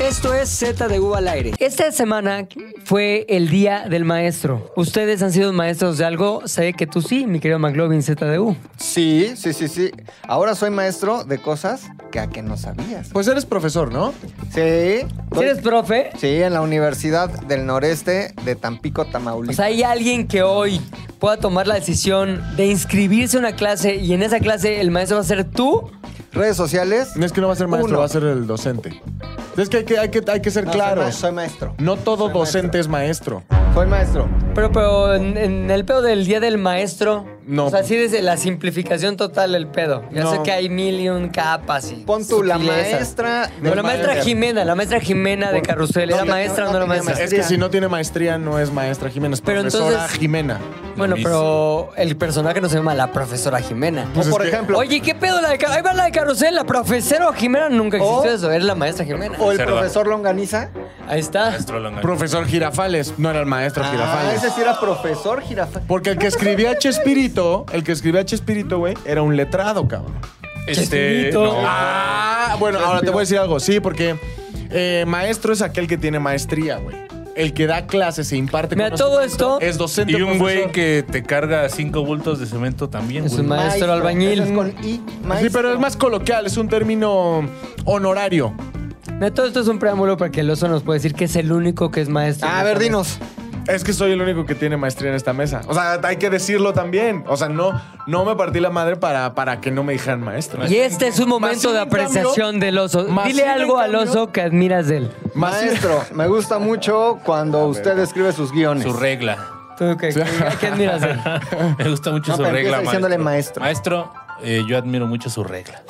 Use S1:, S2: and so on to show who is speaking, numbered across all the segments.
S1: Esto es Z de U al aire. Esta semana fue el Día del Maestro. Ustedes han sido maestros de algo. Sé que tú sí, mi querido McLovin Z de U.
S2: Sí, sí, sí, sí. Ahora soy maestro de cosas que a que no sabías.
S3: Pues eres profesor, ¿no?
S2: Sí.
S1: ¿Sí ¿Eres profe?
S2: Sí, en la Universidad del Noreste de Tampico,
S1: O
S2: Tamaulipas.
S1: sea, Pues hay alguien que hoy pueda tomar la decisión de inscribirse a una clase y en esa clase el maestro va a ser tú.
S2: Redes sociales.
S3: No es que no va a ser maestro,
S2: Uno.
S3: va a ser el docente. Es que hay que, hay que, hay que ser
S2: No, soy ma-
S3: claros.
S2: Soy maestro.
S3: no todo
S2: Soy
S3: docente
S2: maestro.
S3: es maestro.
S2: Soy maestro.
S1: Pero, pero en, en el pedo del Día del Maestro.
S3: No.
S1: O sea, sí desde la simplificación total el pedo. Ya sé
S3: No.
S1: que hay mil y un capas y.
S2: Pon tú la
S1: sutilezas.
S2: maestra.
S1: Pero
S2: del
S1: la maestra
S2: maestro.
S1: Jimena, la maestra Jimena de Carrusel, ¿era
S2: No, no,
S1: maestra
S2: no
S1: o no era
S2: tenía
S1: maestra?
S3: Es
S2: maestría.
S3: que si no tiene maestría, no es maestra Jimena, es
S1: Pero
S3: profesora
S1: entonces-
S3: Jimena.
S1: Bueno, pero el personaje no se llama la profesora Jimena.
S3: Pues
S2: o
S3: es
S2: por
S3: que-
S2: ejemplo,
S1: Oye, ¿qué pedo? La de, Ca- ahí va la de Carrusel, la profesora Jimena nunca existió
S2: O-
S1: eso, es la maestra Jimena.
S2: o el
S4: Cerda.
S2: profesor Longaniza.
S1: Ahí está.
S4: Maestro Longa.
S3: Profesor Girafales, no era el maestro
S2: Ah,
S3: Girafales.
S2: ese sí era profesor Girafales.
S3: Porque el que escribía Chespirito, el que escribía Chespirito, güey, era un letrado, cabrón.
S4: Este,
S1: Chespirito.
S4: no.
S3: Ah, bueno, ahora te voy a decir algo. Sí, porque eh, maestro es aquel que tiene maestría, güey. El que da clases se imparte
S1: Mira,
S3: conocimiento,
S1: todo esto-
S3: es docente.
S4: Y un güey
S3: profesor.
S4: que te carga cinco bultos de cemento también,
S1: Es
S4: güey.
S1: un ma- Maestro albañil.
S2: Eso es con I,
S3: Sí,
S2: maestro.
S3: pero es más coloquial, es un término honorario.
S1: Mira, todo esto es un preámbulo para que el oso nos pueda decir que es el único que es maestro.
S2: A ver, dinos.
S3: Es que soy el único que tiene maestría en esta mesa. O sea, hay que decirlo también. O sea, no, no me partí la madre para, para que no me dijeran maestro.
S1: Y este es un momento
S3: Masivo,
S1: de
S3: en cambio-
S1: apreciación del oso.
S3: masivo,
S1: Dile
S3: en
S1: algo al
S3: cambio-
S1: oso que admiras de él.
S2: Maestro, me gusta mucho cuando usted escribe sus guiones.
S4: Su regla.
S1: ¿Tú qué, qué admiras de él?
S4: Me gusta mucho
S2: No,
S4: su
S2: pero
S4: regla,
S2: empieza diciéndole maestro.
S4: Maestro, eh, yo admiro mucho su regla.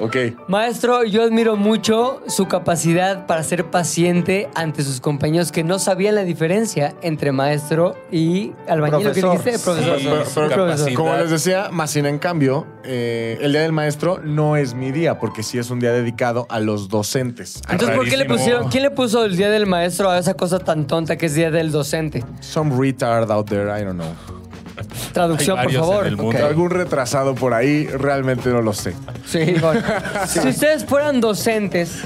S3: Ok.
S1: Maestro, yo admiro mucho su capacidad para ser paciente ante sus compañeros que no sabían la diferencia entre maestro y albañil. ¿Lo que
S2: Profesor.
S1: dijiste? Profesor.
S4: Sí, pero-
S1: Profesor.
S4: pero- capacidad.
S3: Como les decía, más sin en cambio, eh, el Día del Maestro no es mi día, porque sí es un día dedicado a los docentes.
S1: Entonces, ¿por qué le
S4: Rarísimo.
S1: pusieron, quién le puso el día del maestro a esa cosa tan tonta que es día del docente?
S3: Some retard out there, I don't know.
S1: Traducción,
S4: Hay
S1: por
S4: varios
S1: favor.
S4: en el mundo. Ok.
S3: Algún retrasado por ahí, realmente no lo sé.
S1: Sí, bueno. Si ustedes fueran docentes,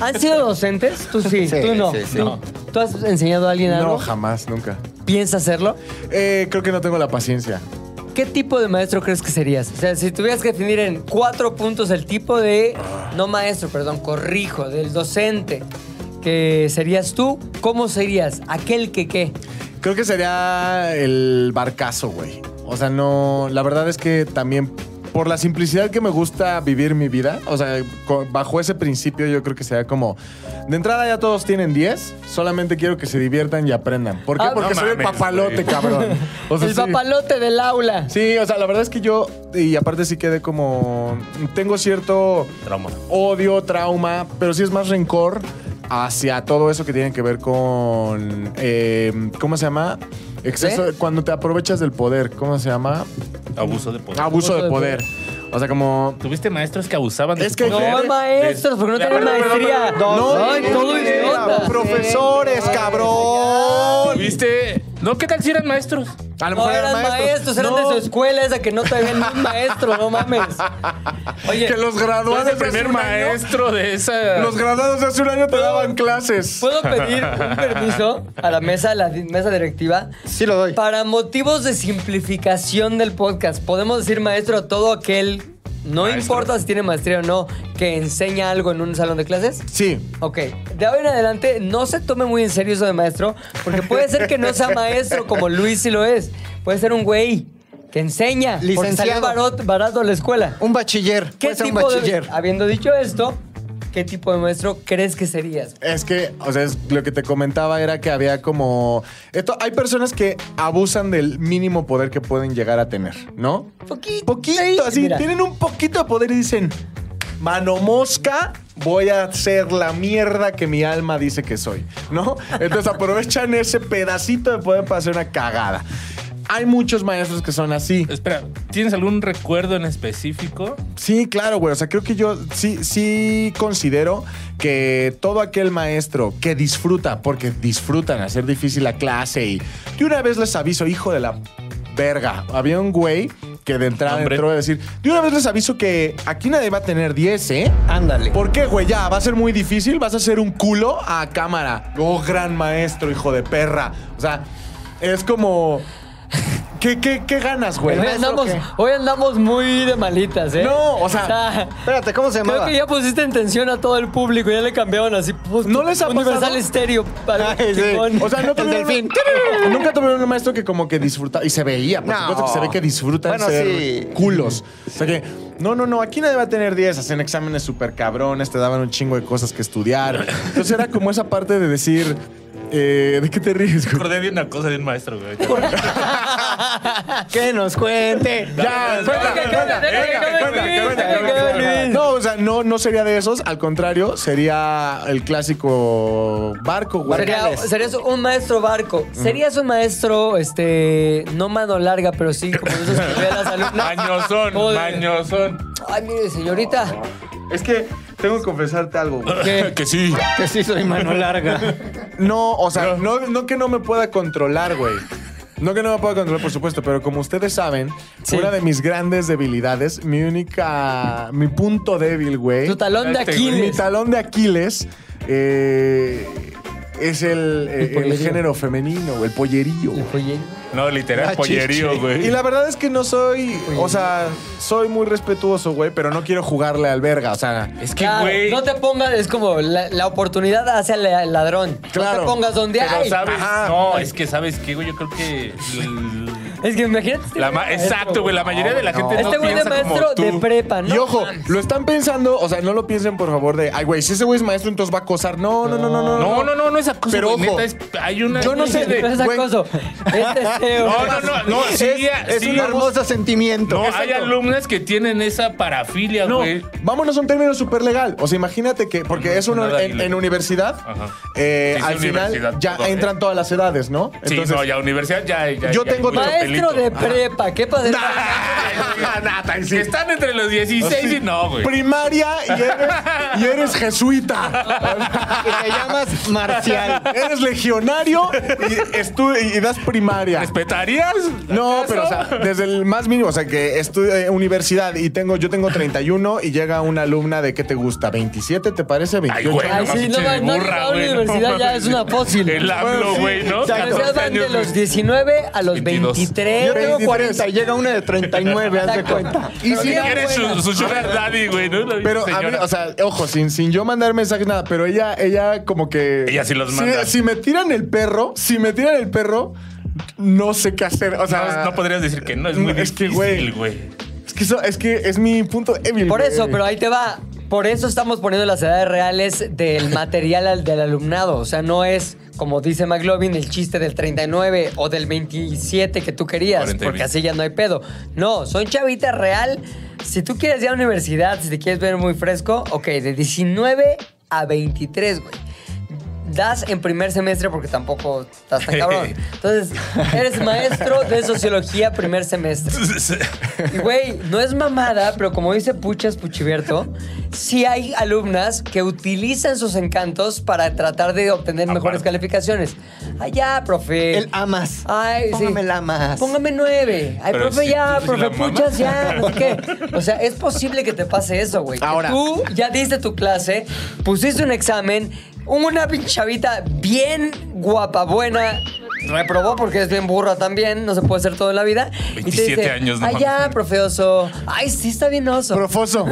S1: ¿han sido docentes? Tú sí,
S2: Sí,
S1: tú no.
S2: sí, sí.
S1: ¿Tú, tú has enseñado a alguien
S3: No,
S1: algo?
S3: jamás, nunca.
S1: ¿Piensas hacerlo?
S3: Eh, creo que no tengo la paciencia.
S1: ¿Qué tipo de maestro crees que serías? O sea, si tuvieras que definir en cuatro puntos el tipo de, no maestro, perdón, corrijo, del docente que serías tú, ¿cómo serías? ¿Aquel que qué?
S3: Creo que sería el barcazo, güey. O sea, no. La verdad es que también por la simplicidad que me gusta vivir mi vida, o sea, co- bajo ese principio yo creo que sería como. De entrada ya todos tienen 10, solamente quiero que se diviertan y aprendan. ¿Por qué?
S1: Ah,
S3: Porque
S4: no
S3: soy el
S4: mames,
S3: papalote,
S4: güey.
S3: cabrón. O sea,
S1: el
S3: sí.
S1: papalote del aula.
S3: Sí, o sea, la verdad es que yo. Y aparte sí quedé como. Tengo cierto
S4: Trauma.
S3: odio, trauma, pero sí es más rencor hacia todo eso que tiene que ver con. eh, ¿Cómo se llama? Exceso. Cuando te aprovechas del poder, ¿cómo se llama?
S4: Abuso de poder.
S3: Abuso de
S1: de poder.
S3: poder. O sea, como.
S4: ¿Tuviste maestros que abusaban de
S3: Es
S4: su
S3: que-
S1: No,
S4: poder?
S3: Pero-
S1: maestros, porque no
S4: Pero-
S1: tienen
S4: pero- pero-
S1: maestría.
S2: pero- no,
S1: Ay,
S2: no,
S1: todo
S2: no,
S1: idiota.
S3: Profesores, cabrón.
S4: ¿Viste? No, ¿qué tal si eran maestros?
S3: A lo
S1: No
S3: mejor
S1: eran maestros, eran
S3: No,
S1: de su escuela esa que no te ven ni un maestro, no mames. Oye,
S3: Que los
S4: Tú eres
S3: graduados.
S4: el
S3: de
S4: primer
S3: hace un año-
S4: maestro de esa.
S3: los graduados de hace un año te daban clases.
S1: ¿Puedo pedir un permiso a la mesa, a la di- mesa directiva?
S2: Sí lo doy.
S1: Para motivos de simplificación del podcast, podemos decir maestro a todo aquel, no
S4: Maestro.
S1: importa si tiene maestría o no, que enseña algo en un salón de clases.
S3: Sí.
S1: Ok, de ahora en adelante no se tome muy en serio eso de maestro, porque puede ser que no sea maestro como Luis sí lo es. Puede ser un güey que enseña, porque salió
S2: Licenciado.
S1: barot- barato de la escuela.
S2: Un bachiller. Puede ser un
S1: de-
S2: bachiller.
S1: habiendo dicho esto, ¿qué tipo de maestro crees que serías?
S3: Es que, o sea, es- lo que te comentaba era que había como. Esto, hay personas que abusan del mínimo poder que pueden llegar a tener, ¿no?
S1: Poquito.
S3: Poquito,
S1: Sí,
S3: así,
S1: mira.
S3: tienen un poquito de poder y dicen, mano mosca, voy a hacer la mierda que mi alma dice que soy, ¿no? Entonces aprovechan ese pedacito de poder para hacer una cagada. Hay muchos maestros que son así.
S4: Espera, ¿tienes algún recuerdo en específico?
S3: Sí, claro, güey. O sea, creo que yo sí, sí considero que todo aquel maestro que disfruta, porque disfrutan hacer difícil la clase y de una vez les aviso, hijo de la verga, había un güey que de entrada
S4: Hombre.
S3: entró a decir, de una vez les aviso que aquí nadie va a tener 10, ¿eh?
S2: Ándale.
S3: ¿Por qué, güey? Ya, va a ser muy difícil, vas a ser un culo a cámara. Oh, gran maestro, hijo de perra. O sea, es como... ¿Qué, qué, qué ganas, güey?
S1: Hoy andamos, hoy andamos muy de malitas, ¿eh?
S3: No, o sea,
S2: Espérate, ¿cómo se
S1: creo
S2: llamaba?
S1: que ya pusiste en tensión a todo el público, ya le cambiaron así. pues,
S3: ¿No les ha
S1: Universal
S3: pasado?
S1: Estéreo. para-
S2: Ay, sí.
S1: chingón.
S3: O sea, no
S2: El
S3: tuvieron,
S2: delfín.
S3: nunca tuvieron un maestro que como que disfrutaba. Y se veía, por
S2: No.
S3: supuesto que se ve que disfrutan
S2: Bueno,
S3: ser
S2: sí.
S3: culos. O sea que, no, no, no, aquí nadie va a tener 10. Hacían exámenes súper cabrones, te daban un chingo de cosas que estudiar. Entonces era como esa parte de decir, eh, ¿de qué te ríes, güey?
S4: Acordé de una cosa de un maestro, güey.
S2: Que nos cuente.
S3: Ya,
S1: Venga, venga,
S3: suelta,
S1: venga,
S3: suelta, venga,
S1: venga,
S3: suelta,
S1: Luis,
S3: suelta,
S1: venga,
S3: suelta.
S1: Luis.
S3: No, o sea, no, no sería de esos. Al contrario, sería el clásico barco, güey.
S1: Sería- serías un maestro barco. Serías un maestro, este, no mano larga, pero sí como de esos que ve a las alumnas.
S4: Mañosón,
S1: Joder.
S4: mañosón.
S1: Ay, mire, señorita.
S2: Es que tengo que confesarte algo, güey.
S1: ¿Qué?
S4: Que sí.
S2: Que sí soy mano larga.
S3: No, o sea, no, no que no me pueda controlar, güey. No que no me pueda controlar, por supuesto, pero como ustedes saben,
S1: Sí.
S3: una de mis grandes debilidades, mi única, mi punto débil, güey.
S1: Tu talón de
S4: Este, güey,
S3: Mi
S1: Aquiles.
S3: talón de Aquiles eh, es el, eh, el
S1: pollerío.
S3: género femenino, güey, el pollerío.
S1: El
S3: güey.
S1: pollerío.
S4: No, literal,
S3: Ah,
S4: pollerío,
S3: chichi.
S4: güey.
S3: Y la verdad es que no soy, o sea, soy muy respetuoso, güey, pero no quiero jugarle al verga, o sea.
S4: Es que,
S1: Claro,
S4: güey.
S1: no te pongas, es como la, la oportunidad hacia el el ladrón. No
S3: Claro.
S1: te pongas donde
S4: Pero
S1: hay.
S4: sabes,
S3: Ajá.
S4: no, es que sabes qué, güey, yo creo que l-
S1: Es que imagínate.
S4: la ma- exacto, güey, la mayoría de la
S3: no.
S4: gente no
S1: Este güey de
S4: piensa
S1: maestro
S4: como tú.
S1: de prepa, ¿no?
S3: y ojo,
S1: mames.
S3: lo están pensando, o sea, no lo piensen por favor de, ay, güey, si ese güey es maestro, entonces va a acosar. No, no, no, no, no.
S4: No, no, no, no es acoso,
S3: Pero
S4: güey,
S3: ojo.
S4: neta, es, hay una
S3: Yo no sé
S1: No
S3: de-
S1: es
S3: güey.
S1: acoso. Es deseo.
S4: No, no, no, no, sí,
S2: es
S4: sí,
S2: un hermoso sentimiento.
S4: No, hay alumnas que tienen esa parafilia,
S3: No,
S4: güey.
S3: vámonos a un término súper legal. O sea, imagínate que, porque
S4: No,
S3: es uno
S4: nada
S3: en,
S4: ilegal.
S3: en universidad,
S4: Ajá.
S3: eh,
S4: Sí, sí,
S3: al final
S4: universidad,
S3: ya
S4: todo, ¿eh?
S3: entran todas las edades, ¿no?
S4: Sí, no, ya universidad ya, ya-
S3: Yo
S4: ya hay
S3: tengo
S4: mucho
S1: Maestro
S4: pelito.
S1: de prepa, ¿qué pasa?
S4: Ah, nah, tan- que Están entre los 16 y no, güey.
S3: Primaria y eres, y eres jesuita.
S2: Y te llamas Marcial.
S3: eres legionario y, estu- y das primaria.
S4: ¿Respetarías?
S3: No,
S4: acaso?
S3: pero o sea, desde el más mínimo, o sea, que estudio eh, universidad y tengo, yo tengo 31 y llega una alumna de, ¿qué te gusta? ¿27 te parece? 28.
S4: güey,
S1: Ay,
S4: no
S1: sí,
S4: mames,
S1: no,
S4: pinche
S1: no, no,
S4: burra,
S1: la
S4: güey, no
S1: universidad ya
S4: mames.
S1: es una fósil.
S4: El AMLO,
S3: Bueno, sí,
S4: güey, ¿no?
S1: La universidad
S4: 14
S1: va de
S4: años,
S1: los
S4: güey.
S1: 19 a los
S4: 22.
S1: 23.
S2: Yo tengo
S3: 23.
S2: 40 y llega una de 39, haz de cuenta.
S3: Y
S4: Pero
S3: si
S4: ¿quién
S3: era
S4: eres
S3: buena.
S4: su, su sugar daddy, güey, ¿no? La
S3: Pero a mí,
S4: señora.
S3: o sea, ojo, sin, sin yo mandar mensajes, nada, pero ella, ella como que.
S4: Ella sí los manda.
S3: Si, si me tiran el perro, si me tiran el perro, no sé qué hacer. O sea,
S4: no, no podrías decir que no, es muy
S3: no, es que, güey,
S4: difícil, güey.
S3: Es que, eso, es que es mi punto débil.
S1: Por
S3: güey.
S1: eso, pero ahí te va. Por eso estamos poniendo las edades reales del material al- del alumnado. O sea, no es, como dice McLovin, el chiste del 39 o del 27 que tú querías,
S4: 40 y
S1: porque
S4: 20.
S1: así ya no hay pedo. No, son chavitas real. Si tú quieres ir a la universidad, si te quieres ver muy fresco, ok, de 19 a 23, güey. Das en primer semestre porque tampoco estás tan cabrón. Entonces, eres maestro de sociología primer semestre. Y, Güey, no es mamada, pero como dice Puchas Puchiberto, sí hay alumnas que utilizan sus encantos para tratar de obtener mejores
S4: Aparte.
S1: calificaciones. Ay, ya, profe.
S2: El amas.
S1: Ay,
S2: Póngame
S1: sí.
S2: el amas.
S1: Póngame nueve. Ay,
S4: Pero
S1: profe,
S4: si
S1: ya,
S4: tú sí
S1: profe
S4: la mamas.
S1: Puchas, ya. no sé qué. O sea, es posible que te pase eso, güey. Que
S3: Ahora.
S1: Tú ya diste tu clase, pusiste un examen, una pinche chavita bien guapa, buena. Reprobó porque es bien burra también, no se puede hacer todo en la vida. Y te
S4: 27 años, no
S1: Ay,
S4: mames".
S1: ya, profe oso. Ay, sí, está bien oso.
S3: Profoso.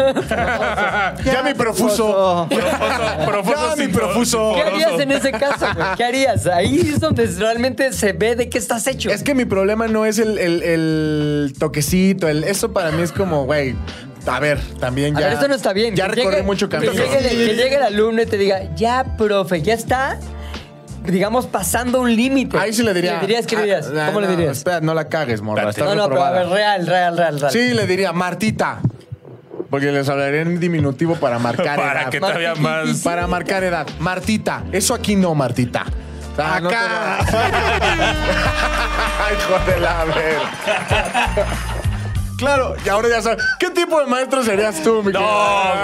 S3: ya mi profuso.
S2: profuso.
S4: Profuso, profuso
S3: Ya, mi
S4: sin-
S3: profuso.
S1: ¿Qué
S4: sin
S1: harías
S4: poroso.
S1: en ese caso, güey? ¿Qué harías? Ahí es donde realmente se ve de qué estás hecho.
S3: Es que mi problema no es el, el- el toquecito, el, eso para mí es como, güey, a ver, también
S1: A
S3: ya.
S1: ver, esto no está bien.
S3: Ya
S1: Que
S3: recorrí
S1: llegue-
S3: mucho camino.
S1: Que llegue, el, que llegue el alumno y te diga, ya, profe, ya está, digamos, pasando un límite.
S3: Ahí sí le diría.
S1: ¿Le dirías qué le dirías?
S3: "Ah,
S1: ¿Cómo le
S3: no,
S1: dirías?
S3: Espera, no la cagues, morra.
S4: Espérate.
S3: está
S1: no, no, pero a
S3: reprobada".
S1: ver, real, real, real, real.
S3: Sí, le diría Martita. Porque les hablaré en diminutivo para marcar
S4: Para
S3: edad.
S4: que todavía más.
S3: Para marcar edad. Martita. Eso aquí no, Martita. Ah, no te
S2: Acá.
S3: va- Hijo de la ver. Claro, y ahora ya sabes. ¿Qué tipo de maestro serías tú, mi
S4: No,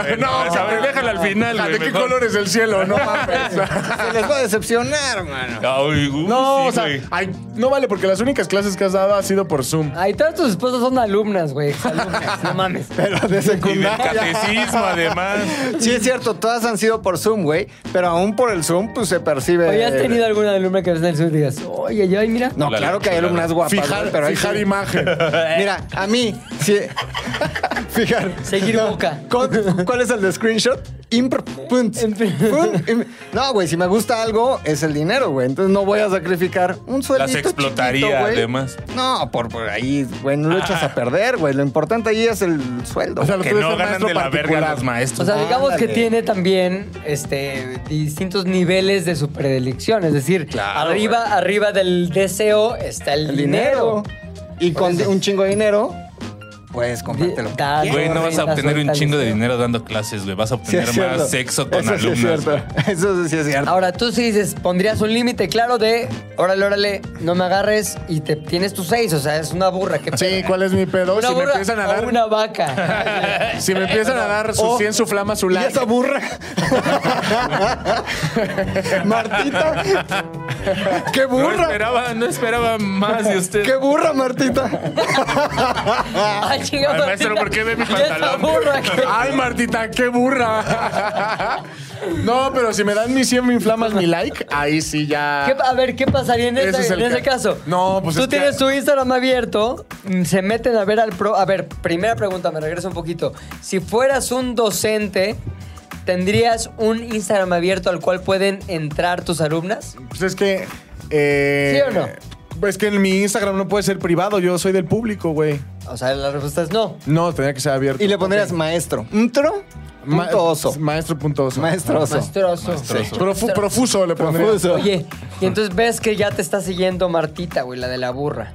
S4: güey, no, esa, güey, déjala al final,
S3: Ojalá,
S4: güey,
S3: ¿De qué
S4: mejor.
S3: color es el cielo? No mames.
S2: Se les va a decepcionar, mano.
S4: Ay, uy,
S3: No,
S4: sí,
S3: o sea,
S4: güey.
S3: ay, no vale, porque las únicas clases que has dado ha sido por Zoom.
S1: Ahí todas tus esposas son alumnas, güey. exalumnas, no mames.
S3: Pero de
S4: Y del
S3: secundaria.
S4: catecismo, además.
S2: Sí, es cierto, todas han sido por Zoom, güey. Pero aún por el Zoom, pues se percibe.
S1: Oye, ¿has tenido alguna alumna que ves en el sur y digas, oye, yo, ay, mira?
S2: No,
S4: La-
S2: claro que hay
S4: la-
S2: alumnas guapas,
S3: Fijar,
S2: güey, pero hay
S3: fijar
S2: que-
S3: imagen.
S2: Mira, a mí, sí. Fijar.
S1: Seguir boca.
S2: ¿Cuál, cuál es el de screenshot? Impr. punt,
S1: Impr.
S2: punt, im- No, güey, si me gusta algo, es el dinero, güey. Entonces no voy a sacrificar un sueldo.
S4: explotaría, además.
S2: No, por, por ahí, güey, no lo echas a perder, güey. Lo importante ahí es el sueldo.
S3: O sea, lo
S4: Que
S3: tuyo es
S4: no
S3: el
S4: ganan
S3: maestro
S4: de la verga
S3: particular.
S4: los maestros.
S1: O sea, digamos que
S2: Ándale.
S1: tiene también este, distintos niveles de su predilección. Es decir,
S4: Claro,
S1: arriba, arriba del deseo está el,
S2: el
S1: dinero.
S2: dinero. Y
S1: Por
S2: con
S1: eso.
S2: un chingo de dinero, puedes comprártelo.
S1: Da-
S4: Güey, no vas a
S1: riendas
S4: obtener un
S1: sueltas,
S4: chingo de
S1: ¿no?
S4: dinero dando clases, güey. Vas a
S2: Sí,
S4: obtener
S2: es cierto.
S4: más sexo con
S2: Eso sí es
S4: alumnos.
S2: cierto.
S4: güey.
S2: Eso sí es cierto.
S1: Ahora, tú sí dices, pondrías un límite claro de, órale, órale, no me agarres y te tienes tus seis. O sea, es una burra. ¿qué
S3: Sí,
S1: pedo?
S3: ¿cuál es mi pedo?
S1: Una
S3: Si me
S1: burra
S3: empiezan a
S1: o
S3: dar. eh,
S1: una vaca.
S3: Si me empiezan a dar su
S2: O-
S3: 100, su flama, su
S2: ¿Y
S3: like.
S2: esa burra? Martita. ¡Qué
S4: No
S2: burra!
S4: esperaba, no esperaba más de usted.
S2: ¡Qué burra, Martita!
S1: Ay, chinga,
S4: Ay,
S1: Martina.
S4: maestro, ¿por qué ve
S1: Y
S4: mi
S1: esa
S4: pantalón?
S1: burra que-
S3: Ay, Martita, qué burra. No, pero si me dan mi 100, mi flamas, mi like, ahí sí ya.
S1: ¿Qué pa- a ver, ¿qué pasaría en,
S3: Ese
S1: ese,
S3: es el
S1: en ese
S3: ca-
S1: caso?
S3: No, pues
S1: Tú
S3: es que-
S1: tienes tu Instagram abierto, mm, se meten a ver al pro. A ver, primera pregunta, me regreso un poquito. Si fueras un docente, ¿tendrías un Instagram abierto al cual pueden entrar tus alumnas?
S3: Pues es que. eh,
S1: ¿Sí o no?
S3: Pues que en mi Instagram no puede ser privado, yo soy del público, güey.
S1: O sea, la respuesta es no.
S3: No, tenía que ser abierto.
S2: Y le pondrías maestro. ¿Ntro?
S3: Ma-
S2: Punto oso.
S3: Maestro punto oso.
S2: Maestro oso.
S1: Maestroso.
S4: Maestroso.
S3: Profu- profuso le pondría.
S2: Profuso.
S1: Oye, y entonces ves que ya te está siguiendo Martita, güey, la de la burra.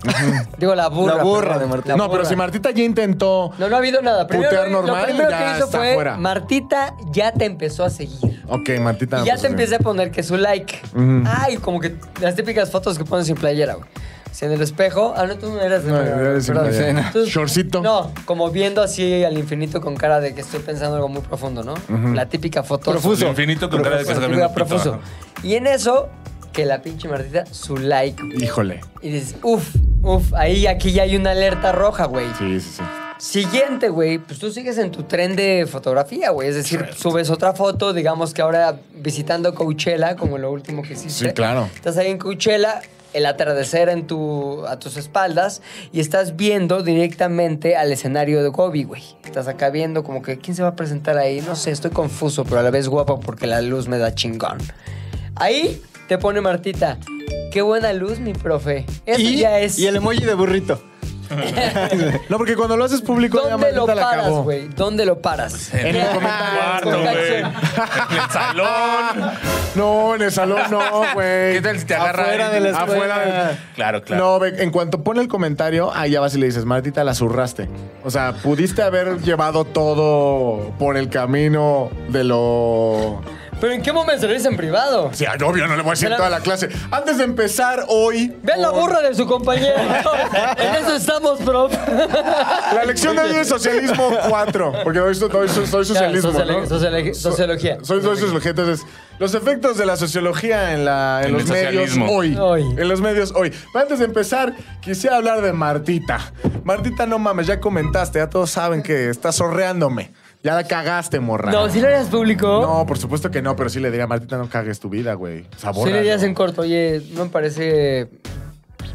S1: Digo, la burra.
S2: La burra
S1: perdón,
S2: de Martita.
S1: la
S3: No, pero
S1: burra.
S3: si Martita ya intentó.
S1: No, no ha habido nada. Primero,
S3: Putear
S1: lo-
S3: normal
S1: lo primero
S3: y ya
S1: que hizo
S3: está
S1: fue,
S3: fuera.
S1: Martita ya te empezó a seguir.
S3: Ok, Martita.
S1: Y ya
S3: pues,
S1: te
S3: sí.
S1: empieza a poner que su like.
S3: Ujú.
S1: Ay, como que las típicas fotos que pones sin playera, güey. Si en el espejo. Ah, no, tú no eras de
S3: No,
S1: playera,
S3: yo era sin
S1: perdón.
S3: playera.
S1: Entonces,
S3: eh, Shortcito.
S1: No, como viendo así al infinito con cara de que estoy pensando algo muy profundo, ¿no? La típica foto.
S4: Lo infinito con cara de que
S1: La
S4: está
S1: típica
S4: viendo pito,
S1: profuso.
S4: ajá.
S1: Y en eso, que la pinche Martita, su like. güey.
S3: Híjole.
S1: Y dices, uff, uff, ahí aquí ya hay una alerta roja, güey.
S3: Sí, sí, sí.
S1: Siguiente, güey, pues tú sigues en tu tren de fotografía, güey. Es decir, subes otra foto, digamos que ahora visitando Coachella, como lo último que hiciste.
S3: Sí, claro.
S1: Estás ahí en Coachella, el atardecer en tu, a tus espaldas, y estás viendo directamente al escenario de Kobe, güey. Estás acá viendo como que quién se va a presentar ahí. No sé, estoy confuso, pero a la vez guapo porque la luz me da chingón. Ahí te pone Martita. Qué buena luz, mi profe. Eso
S2: Y,
S1: ya es.
S2: y el emoji de burrito.
S3: No, porque cuando lo haces público, ya
S1: ¿Dónde
S3: Martita
S1: lo
S3: la
S1: paras,
S3: acabó.
S1: güey? ¿Dónde lo paras? Ah,
S4: En el
S1: comentario.
S4: cuarto, güey. En el salón.
S3: No, en el salón no, güey.
S4: ¿Qué tal si te agarra
S3: Afuera
S4: ahí?
S3: de la escuela.
S4: Afuera
S3: del-
S4: Claro, claro.
S3: No, ve, en cuanto pone el comentario, ahí ya vas y le dices, Martita, la zurraste. O sea, pudiste haber llevado todo por el camino de lo...
S1: ¿Pero en qué momento lo dices en privado?
S3: Sí, ay, obvio, no le voy a decir
S1: Pero-
S3: toda la clase. Antes de empezar hoy...
S1: Vean la
S3: por-
S1: burra de su compañero. en eso estamos, profe.
S3: La lección de hoy es socialismo 4. Porque hoy so- hoy so- soy socialismo,
S1: Ya, sociolo-
S3: ¿no?
S1: sociolo-
S3: So-
S1: sociología.
S3: Soy soy sociología. Entonces, los efectos de la sociología en, la, en
S4: En
S3: los
S4: el
S3: medios
S4: socialismo.
S3: hoy.
S1: Hoy.
S3: En los medios hoy. Pero antes de empezar, quisiera hablar de Martita. Martita, no mames, ya comentaste. Ya todos saben que estás sorreándome. Ya la cagaste, morra.
S1: No, si lo harías público,
S3: No, por supuesto que no, pero sí le diría, Martita, no cagues tu vida, güey. O sea,
S1: si lo
S3: bórralo.
S1: harías en corto, oye, no me parece.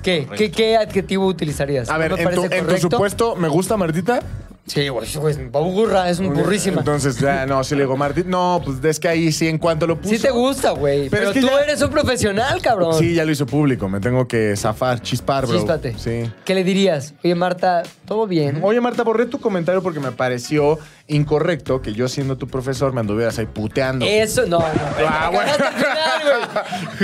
S1: ¿Qué? ¿Qué, qué adjetivo utilizarías?
S3: A ver,
S1: ¿No me
S3: en tu,
S1: parece
S3: en tu
S1: correcto?
S3: supuesto, ¿me gusta Martita?
S1: Sí, güey, es una burra, es un burrísima.
S3: Entonces, ya, no, sí le digo, Martita. No, pues es que ahí sí, en cuanto lo puso.
S1: Sí te gusta, güey. Pero,
S3: Pero es que
S1: tú
S3: ya-
S1: eres un profesional, cabrón.
S3: Sí, ya lo hizo público. Me tengo que zafar, chispar, bro.
S1: Chíspate.
S3: Sí.
S1: ¿Qué le dirías? Oye, Marta, ¿todo bien?
S3: Oye, Marta, borré tu comentario porque me pareció incorrecto que yo, siendo tu profesor, me anduvieras ahí puteando.
S1: Eso, no, no.
S3: Ah,
S1: me acabaste
S3: bueno.
S1: al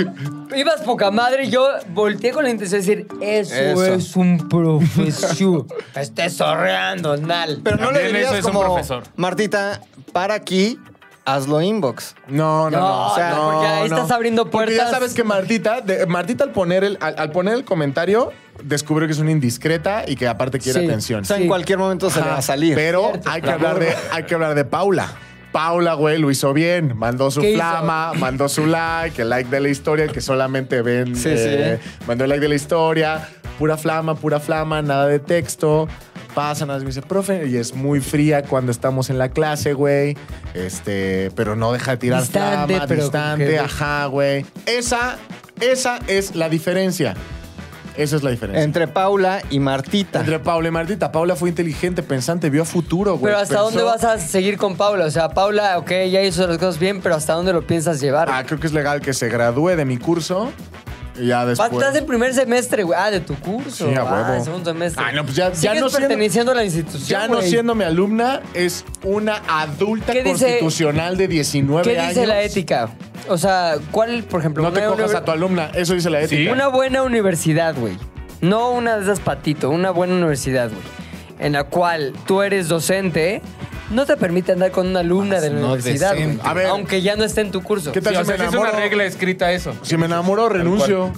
S1: final, güey. Ibas poca madre y yo volteé con la intención de decir, eso,
S2: Eso.
S1: es un profesor. Te estés sorreando, Nal.
S2: Pero no le
S4: También
S2: dirías
S4: eso es un
S2: como,
S4: profesor.
S2: Martita, para aquí, hazlo inbox.
S3: No, no, no.
S1: No,
S3: o sea,
S1: no, porque ahí estás abriendo
S3: Porque ya
S1: puertas.
S3: sabes que Martita, de- Martita al poner el, al, al poner el comentario, descubrió que es una indiscreta y que aparte quiere
S1: Sí.
S3: atención.
S2: O sea,
S1: Sí.
S2: en cualquier momento se le va a salir.
S3: Pero hay que, hablar de, hay que hablar de Paula. Paula, güey, lo hizo bien. Mandó su
S1: ¿Qué hizo?
S3: flama, mandó su like, el like de la historia, el que solamente ven.
S2: Sí,
S3: eh, Mandó el like de la historia. Pura flama, pura flama, nada de texto. Pasa, nada más me dice, profe, y es muy fría cuando estamos en la clase, güey. Este, pero no deja de tirar
S1: Distante,
S3: flama,
S1: pero
S3: distante,
S1: que-
S3: ajá, güey. Esa, esa es la diferencia. Esa es la diferencia.
S2: Entre Paula y Martita.
S3: Entre Paula y Martita. Paula fue inteligente, pensante, vio a futuro, güey.
S1: Pero ¿hasta
S3: Pensó-
S1: dónde vas a seguir con Paula? O sea, Paula, ok, ya hizo las cosas bien, pero ¿hasta dónde lo piensas llevar?
S3: Ah, creo que es legal que se gradúe de mi curso y ya
S1: Va-
S3: después.
S1: Estás en primer semestre, güey. Ah, de tu curso.
S3: pues, Sí, a
S1: Ah,
S3: huevo.
S1: en segundo semestre.
S3: Ah, no, pues ya- ya
S1: Sigues
S3: no siendo-
S1: perteneciendo a la institución,
S3: Ya no
S1: güey.
S3: siendo mi alumna, es una adulta
S1: ¿Qué dice-
S3: constitucional de 19
S1: ¿Qué
S3: años.
S1: dice la ética? O sea, ¿cuál, por ejemplo?
S3: No te
S1: una
S3: cojas
S1: univer-
S3: a tu alumna, eso dice la ética.
S1: Una buena universidad, güey. No una de esas patito, una buena universidad, güey. En la cual tú eres docente, no te permite andar con una alumna de la
S2: no
S1: universidad, güey.
S3: Ah, decente. A ver.
S1: Aunque ya no esté en tu curso.
S3: ¿Qué
S4: Sí,
S3: tal
S4: o
S3: si
S4: sea,
S3: me
S4: sí es una
S3: enamoro?
S4: regla escrita eso.
S3: Si me enamoro, renuncio.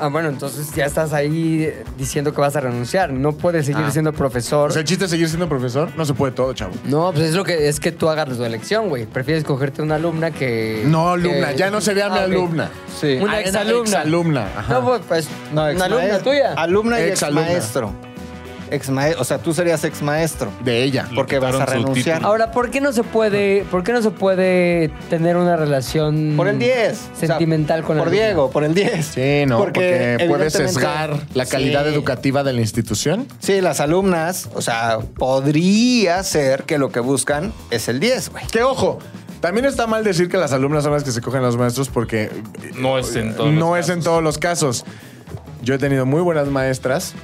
S1: Ah, bueno, entonces ya estás ahí diciendo que vas a renunciar. No puedes seguir siendo profesor.
S3: Ah. O sea, el chiste es seguir siendo profesor. No se puede todo, chavo.
S1: No, pues es lo que es que tú hagas tu elección, güey. Prefieres cogerte una alumna que.
S3: No, alumna,
S1: que-
S3: ya no sería mi
S1: Ah, ok.
S3: alumna.
S2: Sí.
S1: Una
S3: Ah, era
S1: exalumna.
S3: exalumna, ajá.
S1: No, pues, pues,
S2: No,
S1: una
S2: exmae-
S1: alumna tuya.
S2: Alumna y ex
S3: Exalumna.
S2: maestro. o sea, tú serías ex maestro.
S3: De ella.
S4: Le
S2: Porque vas a
S4: quitaron su
S2: renunciar.
S4: título.
S1: Ahora, ¿por qué no se puede, por qué no se puede tener una relación
S2: Por el 10. o sea,
S1: sentimental con
S2: Por
S1: alumna?
S2: Diego, por el 10.
S3: Sí, no, porque, puedes
S2: evidentemente-
S3: sesgar la calidad
S2: Sí.
S3: educativa de la institución.
S2: Sí, las alumnas, o sea, podría ser que lo que buscan es el 10, güey.
S3: Que ojo, también está mal decir que las alumnas son las que se cogen a los maestros porque
S4: No es en todos
S3: no
S4: los
S3: es en
S4: casos.
S3: todos los casos. Yo he tenido muy buenas maestras,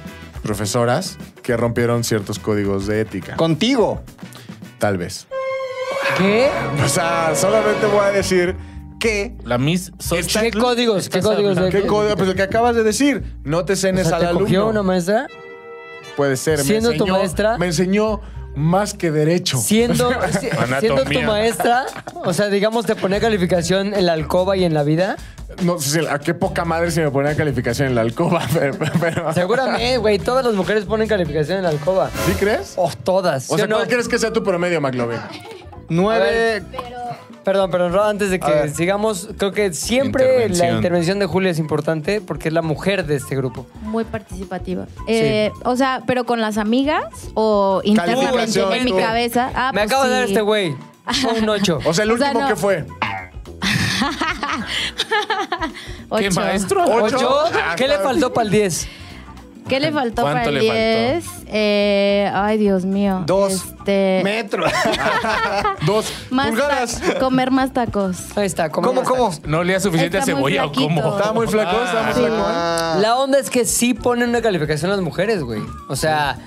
S3: profesoras, que rompieron ciertos códigos de ética.
S2: Contigo.
S3: Tal vez.
S1: ¿Qué?
S3: O sea, solamente voy a decir que...
S4: La Miss
S1: ¿Qué
S4: Xochitl.
S1: códigos? ¿Qué
S4: ¿Estás
S1: códigos de-
S4: hablando?
S3: ¿Qué código? Pues el que acabas de decir. No te
S1: O
S3: cenes
S1: sea,
S3: al
S1: ¿Te
S3: alumno.
S1: cogió una maestra?
S3: Puede ser.
S1: siendo tu maestra?
S3: Me enseñó más que derecho.
S1: Siendo, si-
S4: Anatomía.
S1: siendo tu maestra, o sea, digamos, te ponía calificación en la alcoba y en la vida.
S3: No sé si- a qué poca madre se me ponía calificación en la alcoba, pero... pero-
S1: Seguramente, güey, todas las mujeres ponen calificación en la alcoba.
S3: ¿Sí crees?
S1: Oh, todas.
S3: O
S1: ¿sí
S3: sea,
S1: no?
S3: ¿cuál crees que sea tu promedio, McLovin?
S2: 9.
S1: Perdón, pero Ro, antes de
S2: A
S1: que
S2: ver.
S1: sigamos, creo que siempre la
S4: Intervención.
S1: intervención de Julia es importante porque es la mujer de este grupo.
S5: Muy participativa. Eh, O sea, pero con las amigas o internamente
S3: Calificación,
S5: en mi
S3: tú.
S5: cabeza. Ah,
S1: Me
S5: pues
S1: acaba de dar
S5: sí.
S1: este güey. Fue Un 8.
S3: O sea, el
S5: O sea,
S3: último
S5: no.
S3: que fue.
S4: ¿Qué
S5: Ocho.
S4: maestro?
S3: ¿Ocho? Ah,
S1: ¿Qué le faltó para el 10?
S5: ¿Qué le faltó
S4: ¿Cuánto
S5: para el
S4: le faltó?
S5: 10? Eh, ay, Dios mío.
S2: Dos
S5: Este,
S2: Metros.
S3: Dos
S5: más
S3: pulgadas.
S5: ta- comer más tacos.
S1: Ahí está. ¿cómo?
S2: ¿Cómo, cómo?
S4: No olía suficiente a
S5: Está muy
S4: cebolla o cómo. Ah,
S5: flaquito.
S3: Estaba muy flaco, estaba muy
S5: Sí.
S3: flaco.
S2: Ah. ¿eh?
S1: La onda es que sí ponen una calificación las mujeres, güey. O sea,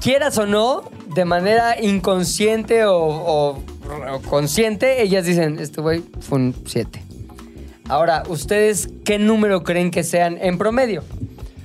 S1: quieras o no, de manera inconsciente o, o- o consciente, ellas dicen, este güey fue un 7. Ahora, ¿ustedes qué número creen que sean en promedio?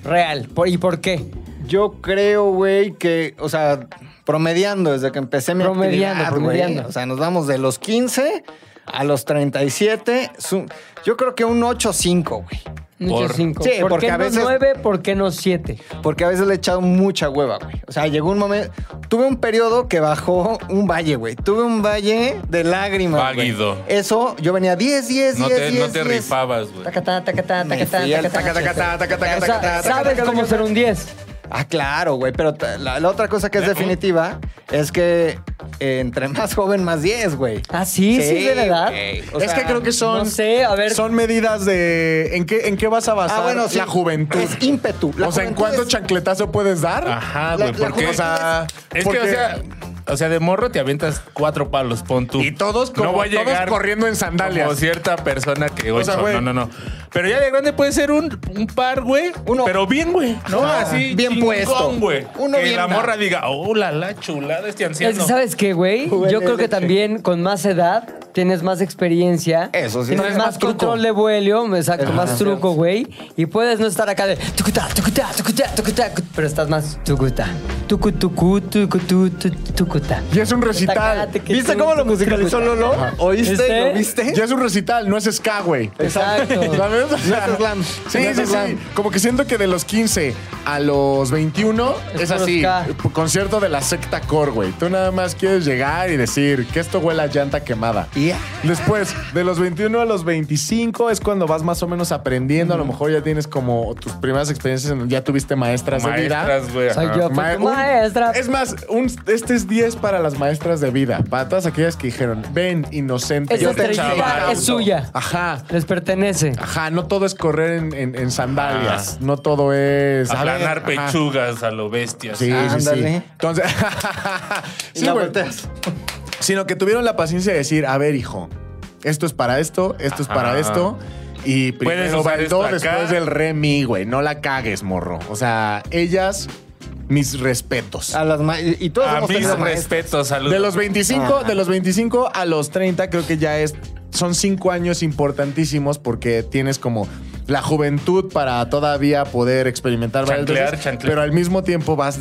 S1: Real. ¿Por- ¿Y por qué?
S2: Yo creo, güey, que, o sea, promediando desde que empecé mi
S1: Promediando,
S2: actividad,
S1: promediando.
S2: güey. O sea, nos vamos de los 15 a los 37. Su- Yo creo que un 8-5, güey.
S1: Muchos
S4: Por-
S1: cinco.
S2: Sí,
S1: ¿Por
S2: porque
S1: qué
S2: a
S1: no
S2: veces-
S1: nueve? ¿Por qué no siete?
S2: Porque a veces le he echado mucha hueva, güey. O sea, llegó un momento... Tuve un periodo que bajó un valle, güey. Tuve un valle de lágrimas, güey.
S4: Válido.
S2: Eso, yo venía 10, 10,
S4: No
S2: 10,
S4: te,
S2: 10,
S4: no te
S2: 10.
S4: rifabas, güey.
S1: Tacatá, tacatá,
S2: Me
S1: tacatá,
S2: fui al
S1: tacatá.
S3: tacatá, tacatá,
S1: O sea,
S3: tacatá,
S1: Sabes
S3: tacatá,
S1: cómo
S3: tacatá.
S1: ser un 10.
S2: Ah, claro, güey. Pero ta- la, la otra cosa que es definitiva es que eh, entre más joven, más 10, güey.
S1: ¿Ah, sí? ¿Sí es de la edad?
S2: güey. O
S3: Es
S2: sea, ah,
S3: que creo que son.
S1: no sé, a ver.
S3: Son medidas de. ¿En qué, en qué vas a basar
S2: Ah, bueno, sí.
S3: la juventud?
S2: Es ímpetu. La
S3: o sea, ¿en
S2: juventud
S3: cuánto
S2: es-
S3: chancletazo puedes dar?
S2: La-
S4: Ajá, güey,
S2: la
S4: porque...
S2: juventud
S4: O sea, es que, o
S3: porque-
S4: sea... O sea, de morro te aventas cuatro palos, pon tú.
S3: Y todos como-
S4: no voy a
S3: todos
S4: llegar
S3: corriendo en sandalias.
S4: Como cierta persona que,
S3: O
S4: ocho,
S3: sea, güey.
S4: no, no, no. Pero ya de grande puede ser un, un par, güey.
S2: Uno.
S4: Pero bien, güey. No,
S2: Ajá.
S4: así.
S2: Bien
S4: chingón,
S2: puesto.
S4: güey.
S2: Uno
S4: que
S2: bien
S4: la
S2: dado.
S4: morra diga, oh, la, la chulada este
S1: Es
S4: anciano.
S1: que, ¿sabes qué, güey?
S2: Juvenil
S1: Yo creo que
S2: leche.
S1: también con más edad tienes más experiencia.
S2: Eso sí.
S1: Tienes
S2: Traes
S1: más,
S2: más truco.
S1: control de vuelo, exacto,
S2: Ajá.
S1: más truco, güey. Y puedes no estar acá de tucuta, tucuta, tucuta, tucuta, cu- pero estás más tucuta. Tucu, tucu, tucu, tu, tu, tucuta.
S3: Y es un recital.
S1: Tacate que
S2: ¿Viste
S1: tú-
S2: cómo lo
S1: tucu,
S2: musicalizó
S1: tucuta.
S2: Lolo? ¿Oíste?
S1: ¿Viste?
S2: ¿Lo viste?
S3: Ya es un recital, no es ska, güey.
S1: Exacto.
S3: ¿Sabes? O sea,
S2: No es slam.
S3: Sí,
S2: No es
S3: sí, sí.
S2: slam.
S3: Como que siento que de los 15 a los 21
S1: Es
S3: es,
S1: puro
S3: así.
S1: ska.
S3: Concierto de la secta core, güey. Tú nada más quieres llegar y decir que esto huele a llanta quemada.
S2: Ya.
S3: Después, de los 21 a los 25 es cuando vas más o menos aprendiendo. A lo mejor ya tienes como tus primeras experiencias, en- ya tuviste maestras, de vida.
S4: Maestras, güey. ajá.
S1: Soy yo,
S3: Ma-
S1: fue tu
S3: un-
S1: maestra.
S3: Es más, un- este es 10 para las maestras de vida. Para todas aquellas que dijeron, ven, inocente.
S1: Esa
S3: yo te
S1: estrellita
S3: chaval".
S1: es suya.
S2: Ah.
S3: Ajá.
S1: Les pertenece.
S3: Ajá, no todo es correr en, en- en sandalias. No todo es. a ver,
S4: Aplanar
S3: ajá.
S4: pechugas a lo bestia.
S3: Sí, sí, sí.
S2: Ándale.
S3: Entonces.
S2: Y
S3: sí,
S2: la
S3: güey.
S2: volteas.
S3: Sino que tuvieron la paciencia de decir, a ver, hijo, esto es para esto, esto es
S4: Ajá.
S3: para esto. Y
S4: Puedes
S3: primero
S4: usar
S3: va el
S4: esto
S3: do
S4: acá.
S3: después del re mi, güey. No la cagues, morro. O sea, ellas, mis respetos.
S2: A las ma- y todos
S4: A
S2: hemos
S4: mis
S2: tenido maestros.
S4: respetos, saludos. Ah.
S3: De los 25,
S2: Ajá.
S3: de los 25 a los 30 creo que ya es son cinco años importantísimos porque tienes como la juventud para todavía poder experimentar varias
S4: Chanclear,
S3: veces,
S4: chanclear.
S3: pero al mismo tiempo vas